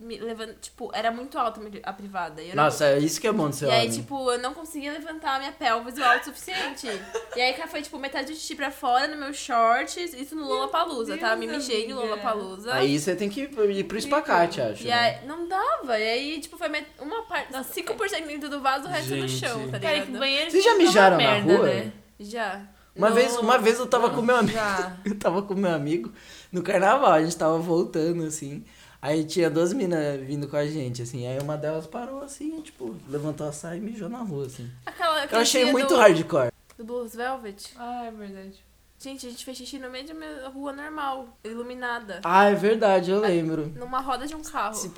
Speaker 1: me levantar. Tipo, era muito alta a privada. e eu não-
Speaker 2: Nossa, isso que é bom de ser
Speaker 1: e aí,
Speaker 2: homem.
Speaker 1: tipo, eu não conseguia levantar a minha pelvis o alto o suficiente. e aí, cara, foi, tipo, metade do xixi pra fora no meu shorts. Isso no Lollapalooza, tá?
Speaker 3: Deus,
Speaker 1: Me mijei no
Speaker 3: amiga.
Speaker 1: Lollapalooza.
Speaker 2: Aí você tem que ir pro espacate, acho. né?
Speaker 1: E aí, não dava. E aí, tipo, foi met- uma parte.
Speaker 3: Nossa,
Speaker 1: 5% dentro do vaso, o resto no
Speaker 4: Gente.
Speaker 1: chão, tá ligado?
Speaker 3: Cara, que banheiro
Speaker 2: Vocês
Speaker 3: químico é
Speaker 2: já
Speaker 3: uma
Speaker 2: mijaram na
Speaker 3: merda,
Speaker 2: rua?
Speaker 3: Né?
Speaker 1: Já.
Speaker 2: Uma,
Speaker 1: No-
Speaker 2: vez, uma vez eu tava com meu amigo.
Speaker 3: Já.
Speaker 2: Eu tava com meu amigo no carnaval, a gente tava voltando, assim. Aí tinha duas minas vindo com a gente, assim. Aí uma delas parou, assim, tipo, levantou a saia e mijou na rua, assim.
Speaker 1: Aquela,
Speaker 2: Eu
Speaker 1: aquele
Speaker 2: achei
Speaker 1: dia
Speaker 2: muito
Speaker 1: do,
Speaker 2: hardcore.
Speaker 1: Do Blues Velvet.
Speaker 3: Ah, é verdade.
Speaker 1: Gente, a gente fez xixi no meio de uma rua normal, iluminada.
Speaker 2: Ah, é verdade, eu lembro.
Speaker 1: Numa roda de um carro.
Speaker 2: Se-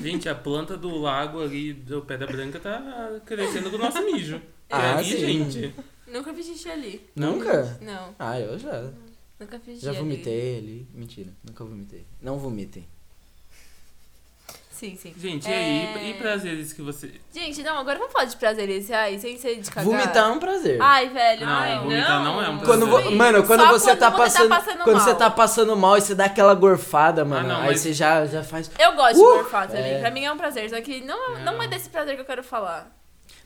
Speaker 4: Gente, a planta do lago ali, do Pedra Branca, tá crescendo do nosso mijo.
Speaker 2: Ah,
Speaker 4: é ali,
Speaker 2: sim.
Speaker 4: gente.
Speaker 1: Nunca fiz xixi ali.
Speaker 2: Nunca?
Speaker 1: Não,
Speaker 2: Ah, eu já.
Speaker 1: Um nunca fiz xixi
Speaker 2: Já
Speaker 1: ali.
Speaker 2: vomitei ali. Mentira, nunca vomitei. Não vomitem.
Speaker 1: Sim, sim.
Speaker 4: Gente, e
Speaker 1: É.
Speaker 4: aí? E prazeres que você.
Speaker 1: Gente, não, agora vamos falar de prazeres reais, sem ser de cagar.
Speaker 2: Vomitar é um prazer.
Speaker 1: Ai, velho,
Speaker 4: Não,
Speaker 1: ai,
Speaker 4: vomitar não é um
Speaker 2: Quando vo-
Speaker 4: prazer.
Speaker 1: Sim.
Speaker 2: Mano, quando
Speaker 1: Só
Speaker 2: você tá passando. quando
Speaker 1: mal.
Speaker 2: você tá passando mal e você dá aquela gorfada, mano.
Speaker 4: Ah, não,
Speaker 2: aí
Speaker 4: mas-
Speaker 2: você já, já faz.
Speaker 1: Eu gosto
Speaker 2: Uh!
Speaker 1: de gorfar também.
Speaker 2: É.
Speaker 1: Pra mim é um prazer, só que não,
Speaker 4: ah,
Speaker 1: não. é desse prazer que eu quero falar.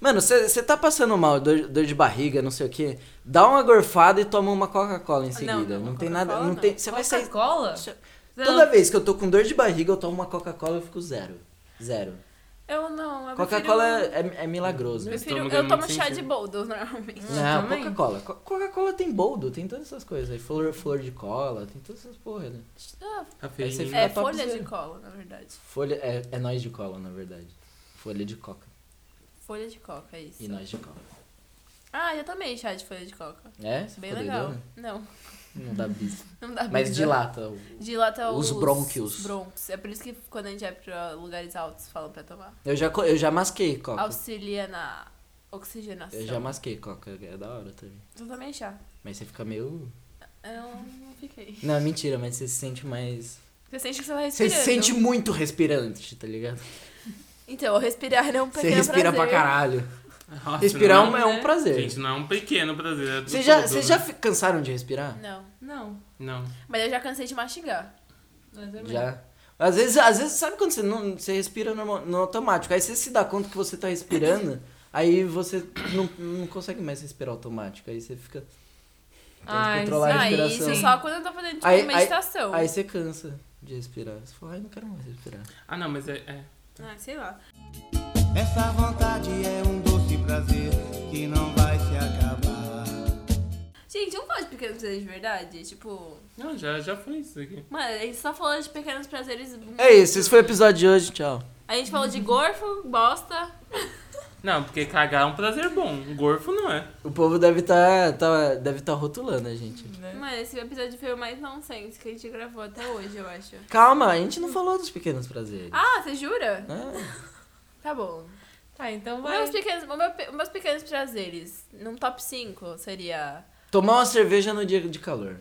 Speaker 2: Mano, você você tá passando mal, dor, dor de barriga, não sei o quê. Dá uma gorfada e toma uma Coca-Cola em seguida. Não,
Speaker 1: não,
Speaker 2: tem
Speaker 1: Coca-Cola
Speaker 2: nada. Não
Speaker 1: não.
Speaker 2: tem. Você vai sair.
Speaker 3: Coca-Cola?
Speaker 2: Toda vez que eu tô com dor de barriga, eu tomo uma Coca-Cola e fico zero. Zero.
Speaker 1: Eu não, eu
Speaker 2: Coca-cola
Speaker 1: prefiro... um
Speaker 2: é, é milagroso.
Speaker 1: prefiro-
Speaker 4: Estômago é
Speaker 1: Eu
Speaker 4: muito
Speaker 1: tomo chá de
Speaker 4: sensível.
Speaker 1: boldo, normalmente.
Speaker 2: Não,
Speaker 3: também.
Speaker 2: Coca-Cola. Co- Coca-Cola tem boldo, tem todas essas coisas. Aí flor, flor de cola, tem todas essas porra, né?
Speaker 1: Ah,
Speaker 4: A
Speaker 2: você
Speaker 4: feirinha.
Speaker 2: fica-
Speaker 1: É,
Speaker 2: Dá pra
Speaker 1: folha
Speaker 2: dizer.
Speaker 1: de cola, na verdade.
Speaker 2: Folha. É, é nós de cola, na verdade. Folha de coca.
Speaker 1: Folha de coca, é isso.
Speaker 2: E nós de cola.
Speaker 1: Ah, eu tomei chá de folha de coca.
Speaker 2: É?
Speaker 1: Bem
Speaker 2: Fudeu,
Speaker 1: legal.
Speaker 2: né?
Speaker 1: Não,
Speaker 2: Não dá bis.
Speaker 1: não dá
Speaker 2: Mas
Speaker 1: brisa.
Speaker 2: dilata. o-
Speaker 1: Dilata
Speaker 2: Os
Speaker 1: tá os,
Speaker 2: brônquios.
Speaker 1: os brônquios. É por isso que quando a gente vai pra lugares altos, falam pra tomar.
Speaker 2: Eu já, co- eu já masquei coca.
Speaker 1: Auxilia na oxigenação.
Speaker 2: Eu já masquei coca, é da hora também.
Speaker 1: Eu tomei chá.
Speaker 2: Mas você fica meio.
Speaker 1: Eu não fiquei.
Speaker 2: Não, mentira, mas você se sente mais.
Speaker 1: Você sente que você vai
Speaker 2: Você
Speaker 1: respirando.
Speaker 2: se sente muito respirante, tá ligado?
Speaker 1: Então, respirar é um
Speaker 2: Você
Speaker 1: pequeno
Speaker 2: respira pra
Speaker 1: prazer.
Speaker 2: caralho.
Speaker 4: Nossa,
Speaker 2: Respirar é
Speaker 4: não
Speaker 2: um- é um
Speaker 3: né?
Speaker 4: é-
Speaker 2: prazer.
Speaker 4: Gente, não é um pequeno prazer. é do
Speaker 2: Vocês já,
Speaker 4: todo,
Speaker 2: vocês
Speaker 4: né?
Speaker 2: já fi- cansaram de respirar?
Speaker 1: Não.
Speaker 3: Não.
Speaker 4: Não.
Speaker 1: Mas eu já cansei de mastigar.
Speaker 3: Mas é mesmo.
Speaker 2: Já. Às vezes, às vezes, sabe quando você não você respira normal, no automático? Aí você se dá conta que você tá respirando, aí você não, não consegue mais respirar automático. Aí você fica. Tem que
Speaker 3: Ai,
Speaker 2: controlar a
Speaker 1: Ah,
Speaker 2: respiração.
Speaker 1: isso só quando eu tô fazendo, tipo,
Speaker 2: Aí- aí-
Speaker 1: meditação.
Speaker 2: Aí você cansa de respirar. Você fala, ai, não quero mais respirar.
Speaker 4: Ah, não, mas é. é.
Speaker 1: Ah, sei lá.
Speaker 5: Essa vontade é um doce prazer que não vai se acabar.
Speaker 1: Gente, eu não falo de pequenos prazeres de verdade. Tipo,
Speaker 4: Não, já, já foi isso aqui.
Speaker 1: mano, a gente só falou de pequenos prazeres.
Speaker 2: É isso, esse foi o episódio de hoje. Tchau.
Speaker 1: A gente falou de gorfo, bosta.
Speaker 4: Não, porque cagar é um prazer bom. Um gorfo não é.
Speaker 2: O povo deve estar tá, deve tá rotulando a gente.
Speaker 3: Né?
Speaker 1: Mano, esse episódio foi o mais nonsense que a gente gravou até hoje, eu acho.
Speaker 2: Calma, a gente não falou dos pequenos prazeres.
Speaker 1: Ah, você jura?
Speaker 2: Ah,
Speaker 1: Tá bom.
Speaker 3: Tá, então vai.
Speaker 1: Meus pequenos, o meu pe- meus pequenos prazeres, num top 5 seria.
Speaker 2: Tomar uma cerveja no dia de calor.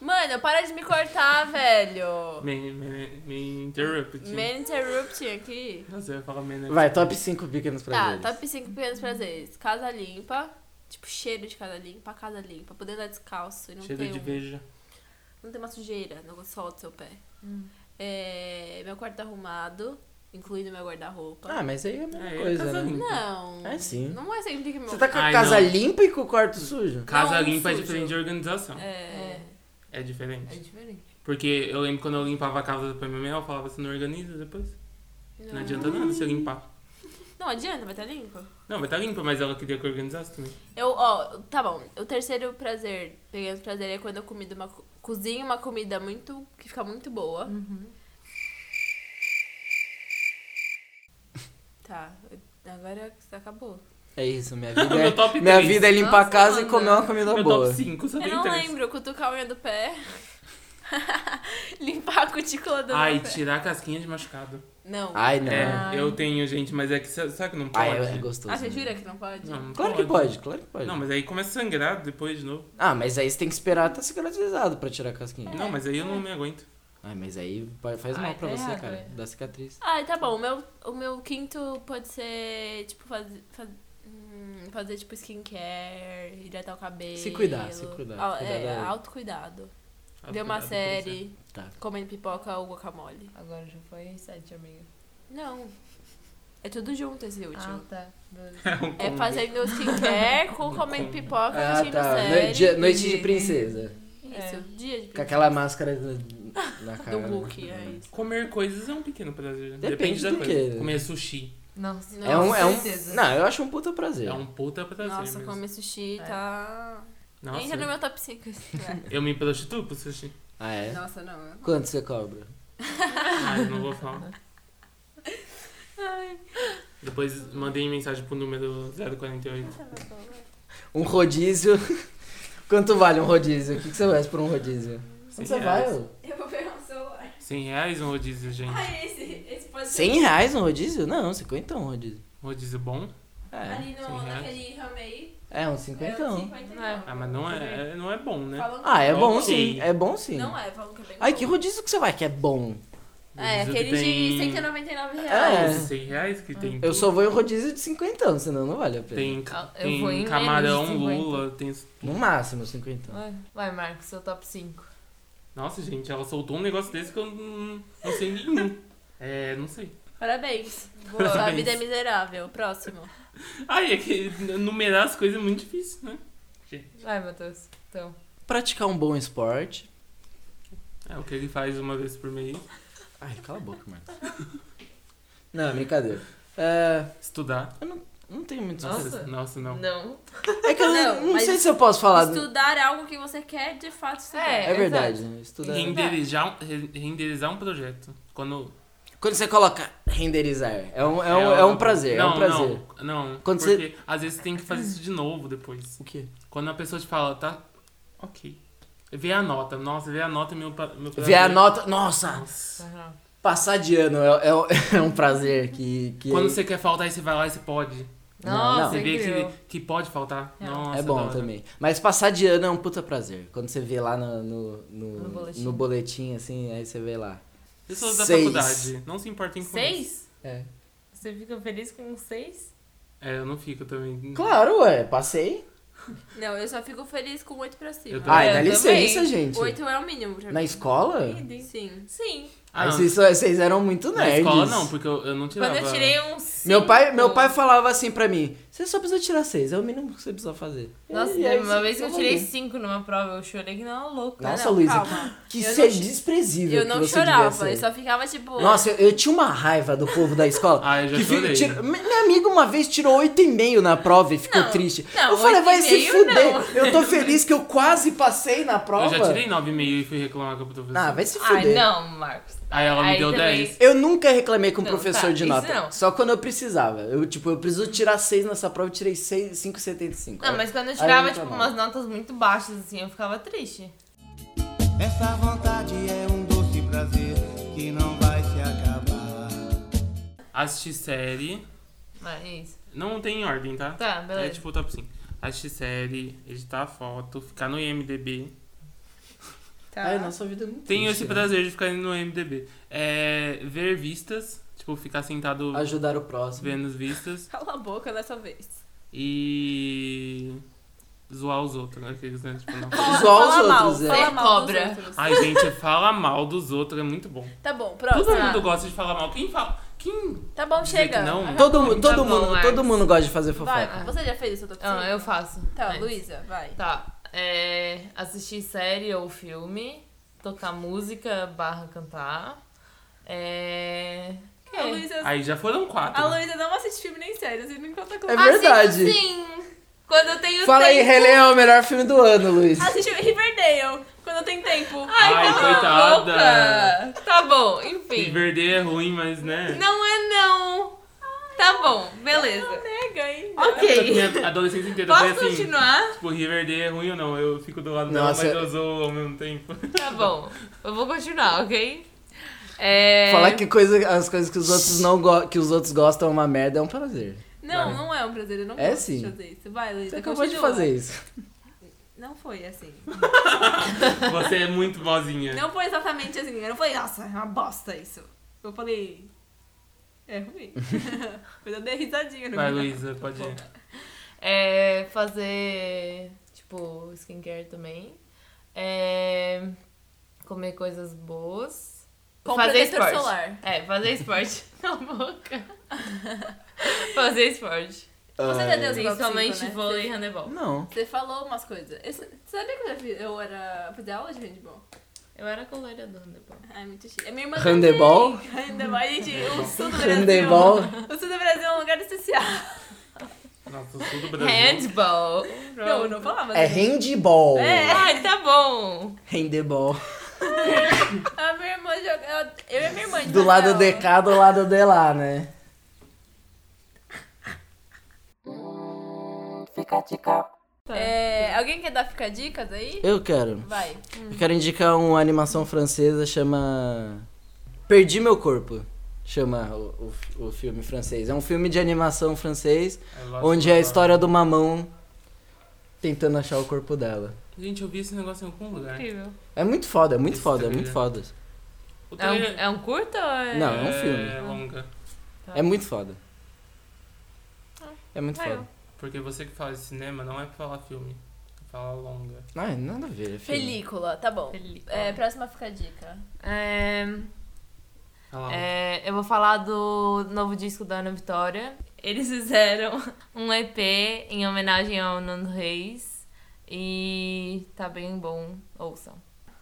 Speaker 1: Mano, para de me cortar, velho.
Speaker 4: Me, me, me interrupt.
Speaker 1: Man interrupting aqui.
Speaker 4: Nossa, eu ia falar me
Speaker 2: Vai, top 5 pequenos prazeres.
Speaker 1: Tá, top 5 pequenos prazeres. Casa limpa. Tipo, cheiro de casa limpa, casa limpa. Poder andar descalço e não
Speaker 4: Cheiro
Speaker 1: ter,
Speaker 4: de
Speaker 1: um-
Speaker 4: veja.
Speaker 1: não ter uma sujeira no sol do seu pé.
Speaker 3: Hum.
Speaker 1: É, meu quarto arrumado, incluindo meu guarda-roupa.
Speaker 2: Ah, mas aí é a mesma
Speaker 4: É, é
Speaker 2: coisa,
Speaker 4: casa
Speaker 2: né?
Speaker 4: limpa.
Speaker 1: não.
Speaker 2: É sim.
Speaker 1: Não é sempre que meu.
Speaker 2: Você tá com a
Speaker 4: Ai,
Speaker 2: casa
Speaker 4: não.
Speaker 2: limpa e com o quarto sujo?
Speaker 4: Casa
Speaker 1: Não,
Speaker 4: limpa é
Speaker 1: sujo.
Speaker 4: diferente de organização. É,
Speaker 1: É.
Speaker 3: É
Speaker 4: diferente.
Speaker 3: diferente.
Speaker 4: Porque eu lembro quando eu limpava a casa pra minha mãe, ela falava, você não organiza depois? Não, adianta nada você limpar.
Speaker 1: Não adianta, vai estar limpo.
Speaker 4: Não, vai estar limpa, mas ela queria que eu organizasse também.
Speaker 2: É,
Speaker 1: Eu, ó, tá bom. O terceiro prazer, pegando prazer, é quando eu comido uma, co- cozinho uma comida muito. que fica muito boa.
Speaker 3: Uhum.
Speaker 1: Tá, agora acabou.
Speaker 2: É isso, minha vida é,
Speaker 4: Então, Meu top
Speaker 2: minha
Speaker 4: três.
Speaker 2: vida é limpar a
Speaker 1: Nossa,
Speaker 2: casa e
Speaker 1: mano.
Speaker 2: comer uma comida
Speaker 4: Meu
Speaker 2: boa.
Speaker 4: top 5, só
Speaker 1: Eu
Speaker 4: tem
Speaker 1: não
Speaker 4: três.
Speaker 1: lembro, cutucar a unha do pé. Limpar a cutícula do
Speaker 4: Ai,
Speaker 1: meu pé.
Speaker 4: tirar a casquinha de machucado.
Speaker 1: Não.
Speaker 2: Ai, não.
Speaker 4: É, eu tenho, gente, mas é que sa- sabe que não pode?
Speaker 2: Ai, é gostoso.
Speaker 1: Ah, você
Speaker 2: né?
Speaker 1: jura que não pode?
Speaker 4: Não, não
Speaker 2: Claro que pode, claro que pode.
Speaker 4: Não, mas aí começa a sangrar depois de novo.
Speaker 2: Ah, mas aí você tem que esperar tá cicatrizado pra tirar a casquinha.
Speaker 1: É.
Speaker 4: Não, mas aí eu não me aguento.
Speaker 2: Ai, mas aí pa- faz
Speaker 3: Ai,
Speaker 2: mal pra
Speaker 3: tá
Speaker 2: você,
Speaker 3: errado,
Speaker 2: cara.
Speaker 3: é.
Speaker 2: Dá cicatriz.
Speaker 1: Ai, tá bom. O meu, o meu quinto pode ser, tipo, fazer. faz- hum, fazer, tipo, skincare, hidratar o cabelo.
Speaker 2: Se cuidar, se cuidar,
Speaker 1: Au-
Speaker 2: cuidar
Speaker 1: é,
Speaker 2: da- é
Speaker 1: autocuidado. Ver uma
Speaker 4: Cuidado com você.
Speaker 1: série,
Speaker 2: Tá.
Speaker 1: comendo pipoca ou guacamole.
Speaker 3: Agora já foi sete, amiga.
Speaker 1: Não. É tudo junto esse último.
Speaker 3: Ah, tá. Doze.
Speaker 4: É, um
Speaker 1: é
Speaker 4: combo.
Speaker 1: fazendo skincare com comendo
Speaker 4: combo.
Speaker 1: pipoca e
Speaker 2: Ah,
Speaker 1: assistindo
Speaker 2: tá.
Speaker 1: série.
Speaker 2: Noite de, noite de
Speaker 3: entendi.
Speaker 2: princesa.
Speaker 1: Isso,
Speaker 3: É.
Speaker 1: dia de
Speaker 2: Com aquela máscara do- na cara.
Speaker 1: do
Speaker 2: né?
Speaker 1: book, é isso.
Speaker 4: Comer coisas é um pequeno prazer.
Speaker 2: Depende
Speaker 4: da
Speaker 2: do
Speaker 4: coisa.
Speaker 2: quê?
Speaker 4: Comer sushi
Speaker 3: Nossa,
Speaker 2: É um, é um,
Speaker 3: certeza.
Speaker 2: não, eu acho um puta prazer.
Speaker 4: é um puta prazer
Speaker 1: Nossa,
Speaker 4: mesmo.
Speaker 1: comer sushi
Speaker 3: É.
Speaker 1: tá.
Speaker 4: Nossa,
Speaker 1: Entra no meu top assim, né? 5.
Speaker 4: eu me prostituo pro sushi.
Speaker 2: Ah, é?
Speaker 1: Nossa, não.
Speaker 2: Quanto você cobra?
Speaker 4: Ah, eu não vou falar.
Speaker 1: Ai,
Speaker 4: Depois mandei mensagem pro número 048.
Speaker 1: tá bom.
Speaker 2: Um rodízio. Quanto vale um rodízio? O que, que você faz por um rodízio?
Speaker 4: Cem
Speaker 2: Quanto você vai?
Speaker 4: reais.
Speaker 2: ô?
Speaker 1: Eu vou pegar um celular.
Speaker 4: 100 reais um rodízio, gente.
Speaker 1: Ai, esse, esse pode
Speaker 2: 100 reais um rodízio? Não, 50 um rodízio.
Speaker 4: Rodízio bom?
Speaker 2: É,
Speaker 1: Ali
Speaker 4: cem
Speaker 1: no,
Speaker 4: reais.
Speaker 1: naquele ramo aí.
Speaker 2: é um
Speaker 1: É,
Speaker 2: 50
Speaker 1: uns
Speaker 2: um.
Speaker 1: 50
Speaker 3: Não é.
Speaker 4: Ah, mas não é, é- não é bom, né?
Speaker 1: Falam que
Speaker 2: Ah, é
Speaker 4: Ok.
Speaker 2: bom sim, é bom sim.
Speaker 1: Não é, falam que é bem
Speaker 2: Ai,
Speaker 1: bom.
Speaker 2: que rodízio que você vai que é bom?
Speaker 1: É,
Speaker 4: Um Rodízio que
Speaker 1: aquele de
Speaker 4: tem-
Speaker 1: 199
Speaker 2: É.
Speaker 1: reais.
Speaker 4: Esses 100 reais que tem.
Speaker 2: Eu só vou em rodízio de 50 anos, senão não vale a pena.
Speaker 4: Tem,
Speaker 3: Eu
Speaker 4: tem
Speaker 3: vou em menos de
Speaker 4: camarão,
Speaker 3: 50.
Speaker 4: lula, tem...
Speaker 2: No máximo 50 anos.
Speaker 3: Vai, Vai, Marcos, seu top 5.
Speaker 4: Nossa, gente, ela soltou um negócio desse que eu não, não sei nenhum. É, não sei.
Speaker 1: Parabéns.
Speaker 4: Boa.
Speaker 1: Sua vida é miserável. Próximo.
Speaker 4: Ai, é que numerar as coisas é muito difícil, né?
Speaker 3: Vai, Matheus. Então.
Speaker 2: Praticar um bom esporte.
Speaker 4: É o que ele faz uma vez por mês.
Speaker 2: Ai, cala a boca, Marcos. não, brincadeira. É,
Speaker 4: Estudar.
Speaker 2: não tenho muito
Speaker 3: Nossa.
Speaker 4: Nossa, nossa não.
Speaker 3: Não.
Speaker 2: É que eu
Speaker 1: Não,
Speaker 2: não, não
Speaker 1: mas
Speaker 2: sei se eu posso falar.
Speaker 1: Estudar algo que você quer de fato estudar.
Speaker 2: É
Speaker 3: É.
Speaker 2: verdade, estudar.
Speaker 4: Renderizar, um- re- renderizar um projeto. Quando.
Speaker 2: Quando você coloca renderizar, é um, é um, é um prazer, é um prazer.
Speaker 4: Não, não.
Speaker 2: Quando
Speaker 4: porque às vezes tem que fazer isso de novo depois.
Speaker 2: O quê?
Speaker 4: Quando a pessoa te fala, tá. Ok. Vê a nota. Nossa, vê a nota meu pra- meu
Speaker 2: Ver a
Speaker 4: prazer.
Speaker 2: nota. Nossa,
Speaker 4: Nossa.
Speaker 2: passar de ano é, é um- é um prazer que. que
Speaker 4: Quando você quer faltar, aí você vai lá e você pode.
Speaker 2: Não,
Speaker 3: Nossa,
Speaker 4: Você vê
Speaker 3: incrível.
Speaker 4: que, que pode faltar.
Speaker 3: É.
Speaker 4: Nossa, da
Speaker 2: É bom
Speaker 4: hora.
Speaker 2: também. Mas passar de ano é um puta prazer. Quando você vê lá no, no, no,
Speaker 3: No
Speaker 2: no
Speaker 3: boletim.
Speaker 2: boletim. assim, aí você vê lá.
Speaker 4: Pessoas da
Speaker 2: Seis.
Speaker 4: faculdade, não se importem com isso.
Speaker 3: Seis?
Speaker 2: É.
Speaker 3: Você fica feliz com um seis?
Speaker 4: É, eu não fico também.
Speaker 2: Claro, ué, passei.
Speaker 1: Não, eu só fico feliz com 8 pra cima.
Speaker 4: É, Eu também.
Speaker 2: Ai,
Speaker 3: eu
Speaker 2: dá
Speaker 3: também.
Speaker 2: licença, gente.
Speaker 1: 8 é o mínimo pra mim.
Speaker 2: Na escola?
Speaker 3: Idem.
Speaker 1: Sim.
Speaker 3: Sim.
Speaker 4: Ah,
Speaker 2: Aí
Speaker 4: não,
Speaker 2: vocês, vocês eram muito
Speaker 4: na
Speaker 2: nerds.
Speaker 4: escola não, porque eu, eu não tirava.
Speaker 3: Quando eu tirei um cinco...
Speaker 2: Meu pai, meu pai falava assim pra mim: você só precisa tirar seis, é o mínimo que você precisa fazer.
Speaker 3: Nossa,
Speaker 2: E aí
Speaker 3: uma
Speaker 2: você
Speaker 3: vez que eu
Speaker 2: falou.
Speaker 3: tirei cinco numa prova, eu chorei que não é louca.
Speaker 2: Nossa,
Speaker 1: não,
Speaker 2: Luísa,
Speaker 1: calma.
Speaker 2: que
Speaker 1: Eu
Speaker 2: isso
Speaker 1: não
Speaker 2: é
Speaker 1: ch-
Speaker 2: desprezível.
Speaker 1: Eu
Speaker 2: que
Speaker 1: não
Speaker 2: você devia
Speaker 1: chorava,
Speaker 2: ser.
Speaker 1: eu
Speaker 3: é
Speaker 1: só ficava tipo.
Speaker 2: Nossa, eu, eu tinha uma raiva do povo da escola.
Speaker 4: Ah, eu já
Speaker 2: que fi-
Speaker 4: chorei.
Speaker 2: tira- Meu amigo uma vez tirou 8,5 na prova e ficou
Speaker 3: Não,
Speaker 2: triste.
Speaker 3: não,
Speaker 2: eu falei, vai se
Speaker 3: 8,5
Speaker 2: fuder.
Speaker 3: não.
Speaker 2: Eu tô feliz que eu quase passei na
Speaker 4: Eu
Speaker 2: prova.
Speaker 4: já tirei 9,5 e fui reclamar com a professora.
Speaker 2: Ah, vai se
Speaker 3: Ai,
Speaker 2: fuder.
Speaker 3: não, Marcos.
Speaker 4: Aí ela me
Speaker 3: Aí
Speaker 4: deu
Speaker 3: também-
Speaker 4: 10.
Speaker 2: Eu nunca reclamei com o
Speaker 3: Não,
Speaker 2: professor
Speaker 3: tá,
Speaker 2: de
Speaker 3: isso
Speaker 2: nota.
Speaker 3: não.
Speaker 2: Só quando eu precisava. Eu, tipo, eu preciso tirar 6 nessa prova, eu tirei seis- 5,75.
Speaker 3: Não, mas quando eu
Speaker 2: Aí
Speaker 3: tirava,
Speaker 2: não tá
Speaker 3: tipo,
Speaker 2: bom.
Speaker 3: umas notas muito baixas, assim, eu ficava triste.
Speaker 5: Essa vontade é um doce prazer que não vai se acabar.
Speaker 4: Assistir série.
Speaker 3: Mas é isso.
Speaker 4: Não tem em ordem, tá?
Speaker 3: Tá, beleza.
Speaker 4: É tipo top 5. Assistir série, editar foto, ficar no IMDB.
Speaker 3: Tá.
Speaker 2: Ai, nossa vida é muito
Speaker 4: Tenho
Speaker 2: triste,
Speaker 4: esse
Speaker 2: né?
Speaker 4: prazer de ficar no IMDB. É, ver vistas. Tipo, ficar sentado
Speaker 2: Ajudar o próximo.
Speaker 4: vendo as vistas.
Speaker 1: Cala a boca dessa vez.
Speaker 4: E. zoar os outros. né? Aqueles, né? Tipo, não.
Speaker 2: Zoar os
Speaker 1: Fala mal,
Speaker 2: outros, é.
Speaker 1: fala
Speaker 3: Ser
Speaker 1: mal dos
Speaker 3: cobra.
Speaker 1: outros.
Speaker 4: Ai, gente, fala mal dos outros é muito bom.
Speaker 1: Tá bom,
Speaker 4: Todo
Speaker 1: próximo.
Speaker 4: mundo gosta de falar mal. Quem fala. Quem.
Speaker 1: Tá bom,
Speaker 4: dizer
Speaker 1: chega.
Speaker 4: que não?
Speaker 1: Acabou.
Speaker 2: Todo,
Speaker 3: Tá
Speaker 2: mu- todo,
Speaker 3: bom,
Speaker 2: mundo, todo
Speaker 3: Marcos.
Speaker 2: mundo gosta de fazer
Speaker 1: Vai,
Speaker 2: fofoca.
Speaker 1: você já fez isso, Topsi?
Speaker 3: Ah, eu faço.
Speaker 1: Tá,
Speaker 3: Mas-
Speaker 1: Luísa, vai.
Speaker 3: Tá. É, assistir série ou filme, tocar música barra cantar. É. que?
Speaker 1: A Luísa.
Speaker 4: Aí já foram quatro.
Speaker 1: A Luísa não assiste filme nem série, você não conta com
Speaker 2: É verdade.
Speaker 3: Assisto, Ah, sim! Quando eu tenho um-
Speaker 2: Fala aí,
Speaker 3: tempo.
Speaker 2: Rei Leão é o melhor filme do ano, Luiz.
Speaker 1: Assiste Riverdale, quando tem tempo.
Speaker 3: Ai,
Speaker 4: Ai,
Speaker 3: cala a
Speaker 4: coitada.
Speaker 3: boca. Tá bom, enfim.
Speaker 4: Verde é ruim, mas né.
Speaker 3: Não é não. Tá bom, beleza.
Speaker 1: Nega ainda.
Speaker 4: A
Speaker 3: Ok.
Speaker 4: minha adolescência inteira foi
Speaker 3: Posso
Speaker 4: assim.
Speaker 3: continuar?
Speaker 4: Tipo, Riverdale é ruim ou não? Eu fico do lado dela, mas
Speaker 2: Nossa.
Speaker 4: eu zoo ao mesmo tempo.
Speaker 3: Tá bom. Eu vou continuar, ok? É...
Speaker 2: Falar que coisa, as coisas que os outros não go- que os outros gostam é uma merda é um prazer.
Speaker 1: Não,
Speaker 4: Vai.
Speaker 1: não é um prazer, eu não
Speaker 2: É
Speaker 1: gosto
Speaker 2: sim.
Speaker 1: de fazer isso. Vai, Luísa,
Speaker 2: Você acabou de
Speaker 1: continua.
Speaker 2: fazer isso.
Speaker 1: Não foi assim.
Speaker 4: Você é muito bozinha.
Speaker 1: Não foi exatamente assim. Eu não falei, nossa, é uma bosta isso. Eu falei. É ruim. Mas eu dei risadinha no
Speaker 4: Vai,
Speaker 1: meu.
Speaker 4: Luísa, pode ir.
Speaker 3: É fazer, tipo, skincare também. É... Comer coisas boas.
Speaker 1: Com
Speaker 3: fazer
Speaker 1: protetor
Speaker 3: esporte.
Speaker 1: solar.
Speaker 3: É, fazer esporte. Cala a boca. fazer esporte.
Speaker 1: Você já deu igual
Speaker 3: Principalmente
Speaker 1: cinco, né?
Speaker 3: vôlei e handebol.
Speaker 2: Não.
Speaker 1: Você falou umas coisas. Eu, sabia que eu, já fiz, eu era fazer aula de handball?
Speaker 3: Eu era coleira do handebol.
Speaker 1: Ai, muito chique. É minha irmã
Speaker 2: Handebol?
Speaker 1: também. Handebol. Gente, o sul do Brasil.
Speaker 2: Handebol.
Speaker 1: O sul do Brasil é um lugar especial.
Speaker 4: Nossa, eu sou do Brasil.
Speaker 3: Handball.
Speaker 1: Não, eu não falava.
Speaker 2: É
Speaker 1: assim.
Speaker 2: handball.
Speaker 1: É.
Speaker 3: Ai, tá bom.
Speaker 2: Handball.
Speaker 1: A minha irmã jogava. Eu e a minha irmã.
Speaker 2: Do lado de
Speaker 1: jogava.
Speaker 2: cá, do lado de lá, né?
Speaker 1: É, Alguém quer dar ficar dicas aí?
Speaker 2: Eu quero.
Speaker 1: Vai.
Speaker 2: Eu quero indicar uma animação francesa chama Perdi Meu Corpo. Chama o, o, o filme francês. É um filme de animação francês onde é a história de uma mão tentando achar o corpo dela.
Speaker 4: Gente, eu vi esse negócio em algum lugar.
Speaker 3: Incrível.
Speaker 2: É muito foda, é muito
Speaker 4: Esse
Speaker 2: foda, é
Speaker 4: trailer.
Speaker 2: muito foda.
Speaker 4: O
Speaker 3: É um,
Speaker 4: trailer
Speaker 3: é um curta ou é... Tá.
Speaker 2: Não, é um filme.
Speaker 4: É longa.
Speaker 1: Ah.
Speaker 2: É muito foda. É muito
Speaker 3: Ah, eu.
Speaker 2: foda.
Speaker 4: Porque você que fala de cinema não é pra falar filme. é Falar longa.
Speaker 2: Ah, nada a ver, é filme.
Speaker 1: Película, tá bom.
Speaker 3: Película.
Speaker 1: É, próxima fica dica.
Speaker 3: É,
Speaker 4: Olha lá.
Speaker 3: é, eu vou falar do novo disco da Ana Vitória. Eles fizeram um EP em homenagem ao Nando Reis. E tá bem bom. Ouçam.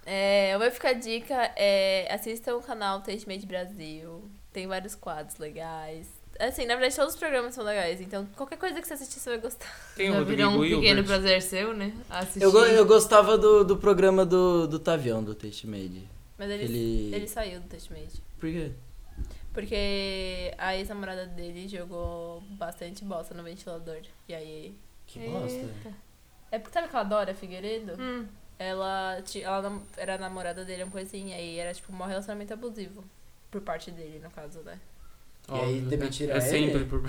Speaker 1: É, o meu fica dica é assistam o canal Taste Made Brasil. Tem vários quadros legais. Assim, na verdade todos os programas são legais, então qualquer coisa que você assistir você vai gostar.
Speaker 4: Tem o
Speaker 3: Já
Speaker 4: Rodrigo
Speaker 3: virou um
Speaker 4: Hilbert.
Speaker 3: pequeno prazer seu, né? Assistir.
Speaker 2: Eu, go- eu gostava do, do programa do, do Tavião, do Taste Made.
Speaker 1: Mas ele,
Speaker 2: Ele.
Speaker 1: ele saiu do Taste Made.
Speaker 2: Por quê?
Speaker 1: Porque a ex-namorada dele jogou bastante bosta no ventilador. E aí.
Speaker 2: Que bosta.
Speaker 1: É porque sabe aquela Dora Figueiredo?
Speaker 3: Hum.
Speaker 1: Ela, ti- ela nam- era namorada dele, uma coisa assim. E aí era tipo um maior relacionamento abusivo. Por parte dele, no caso, né?
Speaker 2: E aí,
Speaker 4: Óbvio.
Speaker 2: demitiram
Speaker 4: É
Speaker 2: ele?
Speaker 4: sempre por...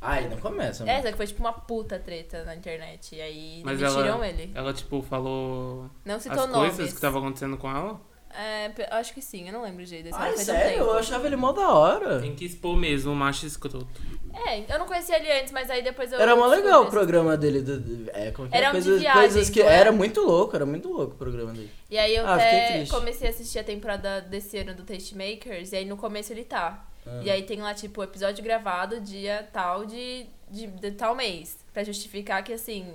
Speaker 2: Ai, não começa,
Speaker 1: É,
Speaker 2: mano.
Speaker 1: só que foi tipo uma puta treta na internet. E aí
Speaker 4: Mas
Speaker 1: demitiram ele.
Speaker 4: Ela, tipo, falou
Speaker 1: Não citou
Speaker 4: as
Speaker 1: nomes.
Speaker 4: coisas que estavam acontecendo com ela.
Speaker 1: É, pe- acho que sim, eu não lembro o jeito desse
Speaker 2: Ai,
Speaker 1: cara, faz um
Speaker 2: Ah, sério?
Speaker 1: tempo.
Speaker 2: Eu achava ele mó da hora.
Speaker 4: Tem que expor mesmo o macho escroto.
Speaker 1: É, eu não conhecia ele antes, mas aí depois eu.
Speaker 2: Era mó
Speaker 1: descobri
Speaker 2: legal o
Speaker 1: esse-
Speaker 2: programa dele. Do, do- é, qualquer
Speaker 1: Era um de
Speaker 2: coisa,
Speaker 1: viagem,
Speaker 2: coisas que.
Speaker 1: não é?
Speaker 2: Era muito louco, era muito louco o programa dele.
Speaker 1: E aí eu
Speaker 2: Ah, fiquei
Speaker 1: até
Speaker 2: triste.
Speaker 1: comecei a assistir a temporada desse ano do Tastemakers, e aí no começo ele tá.
Speaker 2: Ah.
Speaker 1: E aí tem lá, tipo, episódio gravado dia tal de, de, de tal mês. Pra justificar que, assim,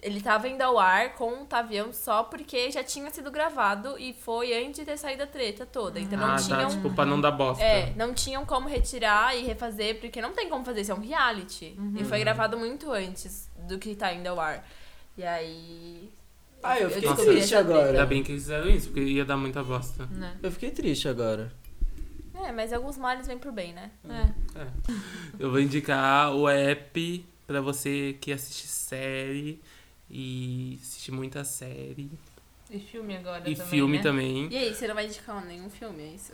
Speaker 1: ele tava indo ao ar com o Tavião só porque já tinha sido gravado e foi antes de ter saído a treta toda. Então não
Speaker 4: ah,
Speaker 1: tinham.
Speaker 3: um
Speaker 4: tá, tipo, pra não dar bosta.
Speaker 1: É, não tinham como retirar e refazer, porque não tem como fazer, isso é um reality.
Speaker 4: Uhum.
Speaker 1: E foi gravado muito antes do que tá indo ao ar. E aí.
Speaker 2: Ah, eu fiquei
Speaker 1: descobri
Speaker 2: triste
Speaker 1: essa treta.
Speaker 2: agora.
Speaker 4: Ainda bem que eles fizeram isso, porque ia dar muita bosta.
Speaker 3: Né?
Speaker 2: Eu fiquei triste agora.
Speaker 1: É, mas alguns males vêm pro bem, né?
Speaker 4: Hum.
Speaker 3: É.
Speaker 4: Eu vou indicar o app pra você que assiste série e assiste muita série.
Speaker 3: E filme agora
Speaker 4: e
Speaker 3: também,
Speaker 4: filme
Speaker 3: né?
Speaker 4: também.
Speaker 1: E aí, você não vai indicar nenhum filme, é isso?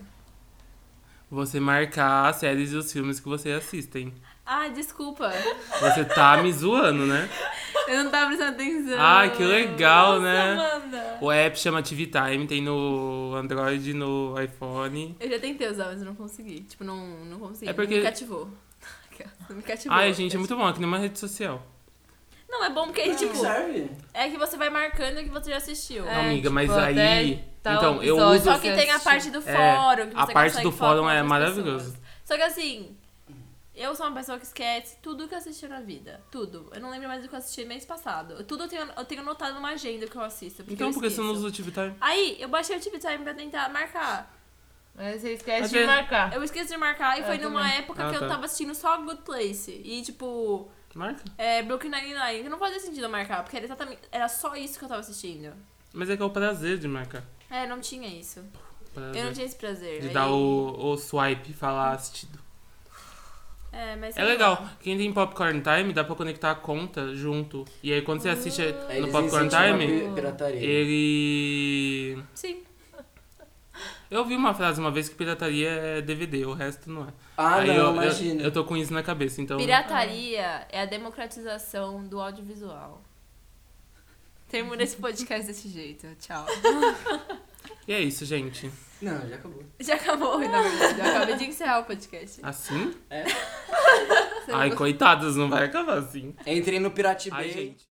Speaker 4: Você marcar as séries e os filmes que você assistem.
Speaker 1: Ah, desculpa.
Speaker 4: Você tá me zoando, né?
Speaker 1: Eu não tava prestando atenção.
Speaker 4: Ah, que legal, né?
Speaker 1: Amanda.
Speaker 4: O app chama TV Time, tem no Android, e no iPhone.
Speaker 1: Eu já tentei usar, mas eu não consegui. Tipo, não, não consegui.
Speaker 4: É porque-
Speaker 1: Não me cativou. Não me cativou.
Speaker 4: Ai, gente, é muito bom, é que nem uma rede social.
Speaker 1: Não, é bom porque, tipo,
Speaker 2: serve?
Speaker 1: é que você vai marcando o que você já assistiu.
Speaker 3: É,
Speaker 4: Amiga, mas
Speaker 3: tipo, até
Speaker 4: aí-
Speaker 3: tal
Speaker 4: então, eu
Speaker 3: episódio
Speaker 4: uso-
Speaker 1: Só
Speaker 3: você
Speaker 1: que tem a
Speaker 3: assistiu.
Speaker 1: parte do
Speaker 4: É,
Speaker 1: fórum. que
Speaker 4: a
Speaker 1: você
Speaker 4: parte
Speaker 1: consegue
Speaker 4: do
Speaker 1: falar com
Speaker 4: fórum é
Speaker 1: outras
Speaker 4: maravilhoso.
Speaker 1: pessoas. Só que assim, eu sou uma pessoa que esquece tudo que eu assisti na vida. Tudo. Eu não lembro mais do que eu assisti mês passado. Tudo eu tenho, eu tenho anotado numa agenda que eu assisto. Porque
Speaker 4: Então,
Speaker 1: eu
Speaker 4: por que você não
Speaker 1: esqueço.
Speaker 4: usa o TV Time?
Speaker 1: Aí, eu baixei o TV Time pra tentar marcar.
Speaker 3: Mas você esquece
Speaker 4: Mas
Speaker 3: de
Speaker 4: é-
Speaker 3: marcar.
Speaker 1: Eu esqueci de marcar e
Speaker 3: É, Eu
Speaker 1: foi numa
Speaker 3: também.
Speaker 1: época
Speaker 4: Ah,
Speaker 1: que eu
Speaker 4: tá.
Speaker 1: tava assistindo só Good Place. E, tipo,
Speaker 4: Marca.
Speaker 1: é, Brooklyn Nine-Nine. que Não fazia sentido eu marcar, porque era exatamente... Era só isso que eu tava assistindo.
Speaker 4: Mas é que é o prazer de marcar.
Speaker 1: É, não tinha isso. Eu não
Speaker 4: Prazer.
Speaker 1: tinha esse prazer.
Speaker 4: De
Speaker 1: Aí-
Speaker 4: dar o, o swipe e falar assistido.
Speaker 1: É, mas...
Speaker 4: É legal. Quem tem Popcorn Time, dá pra conectar a conta junto. E aí, quando você assiste no Popcorn Time,
Speaker 2: Pirataria.
Speaker 4: ele...
Speaker 1: Sim.
Speaker 4: Eu vi uma frase uma vez que pirataria é DVD, o resto não é.
Speaker 2: Ah,
Speaker 4: aí
Speaker 2: não,
Speaker 4: eu, eu-
Speaker 2: imagina.
Speaker 4: Eu, tô com isso na cabeça, então...
Speaker 1: Pirataria é a democratização do audiovisual. Termina esse podcast desse jeito. Tchau.
Speaker 4: E é isso, gente.
Speaker 2: Não, já acabou.
Speaker 1: Já acabou, na verdade. Eu acabei de encerrar o podcast.
Speaker 4: Assim?
Speaker 2: É.
Speaker 1: Você não
Speaker 4: Ai, coitadas, não vai acabar assim.
Speaker 2: Entrei no Pirate
Speaker 4: Ai,
Speaker 2: Bay.
Speaker 4: gente.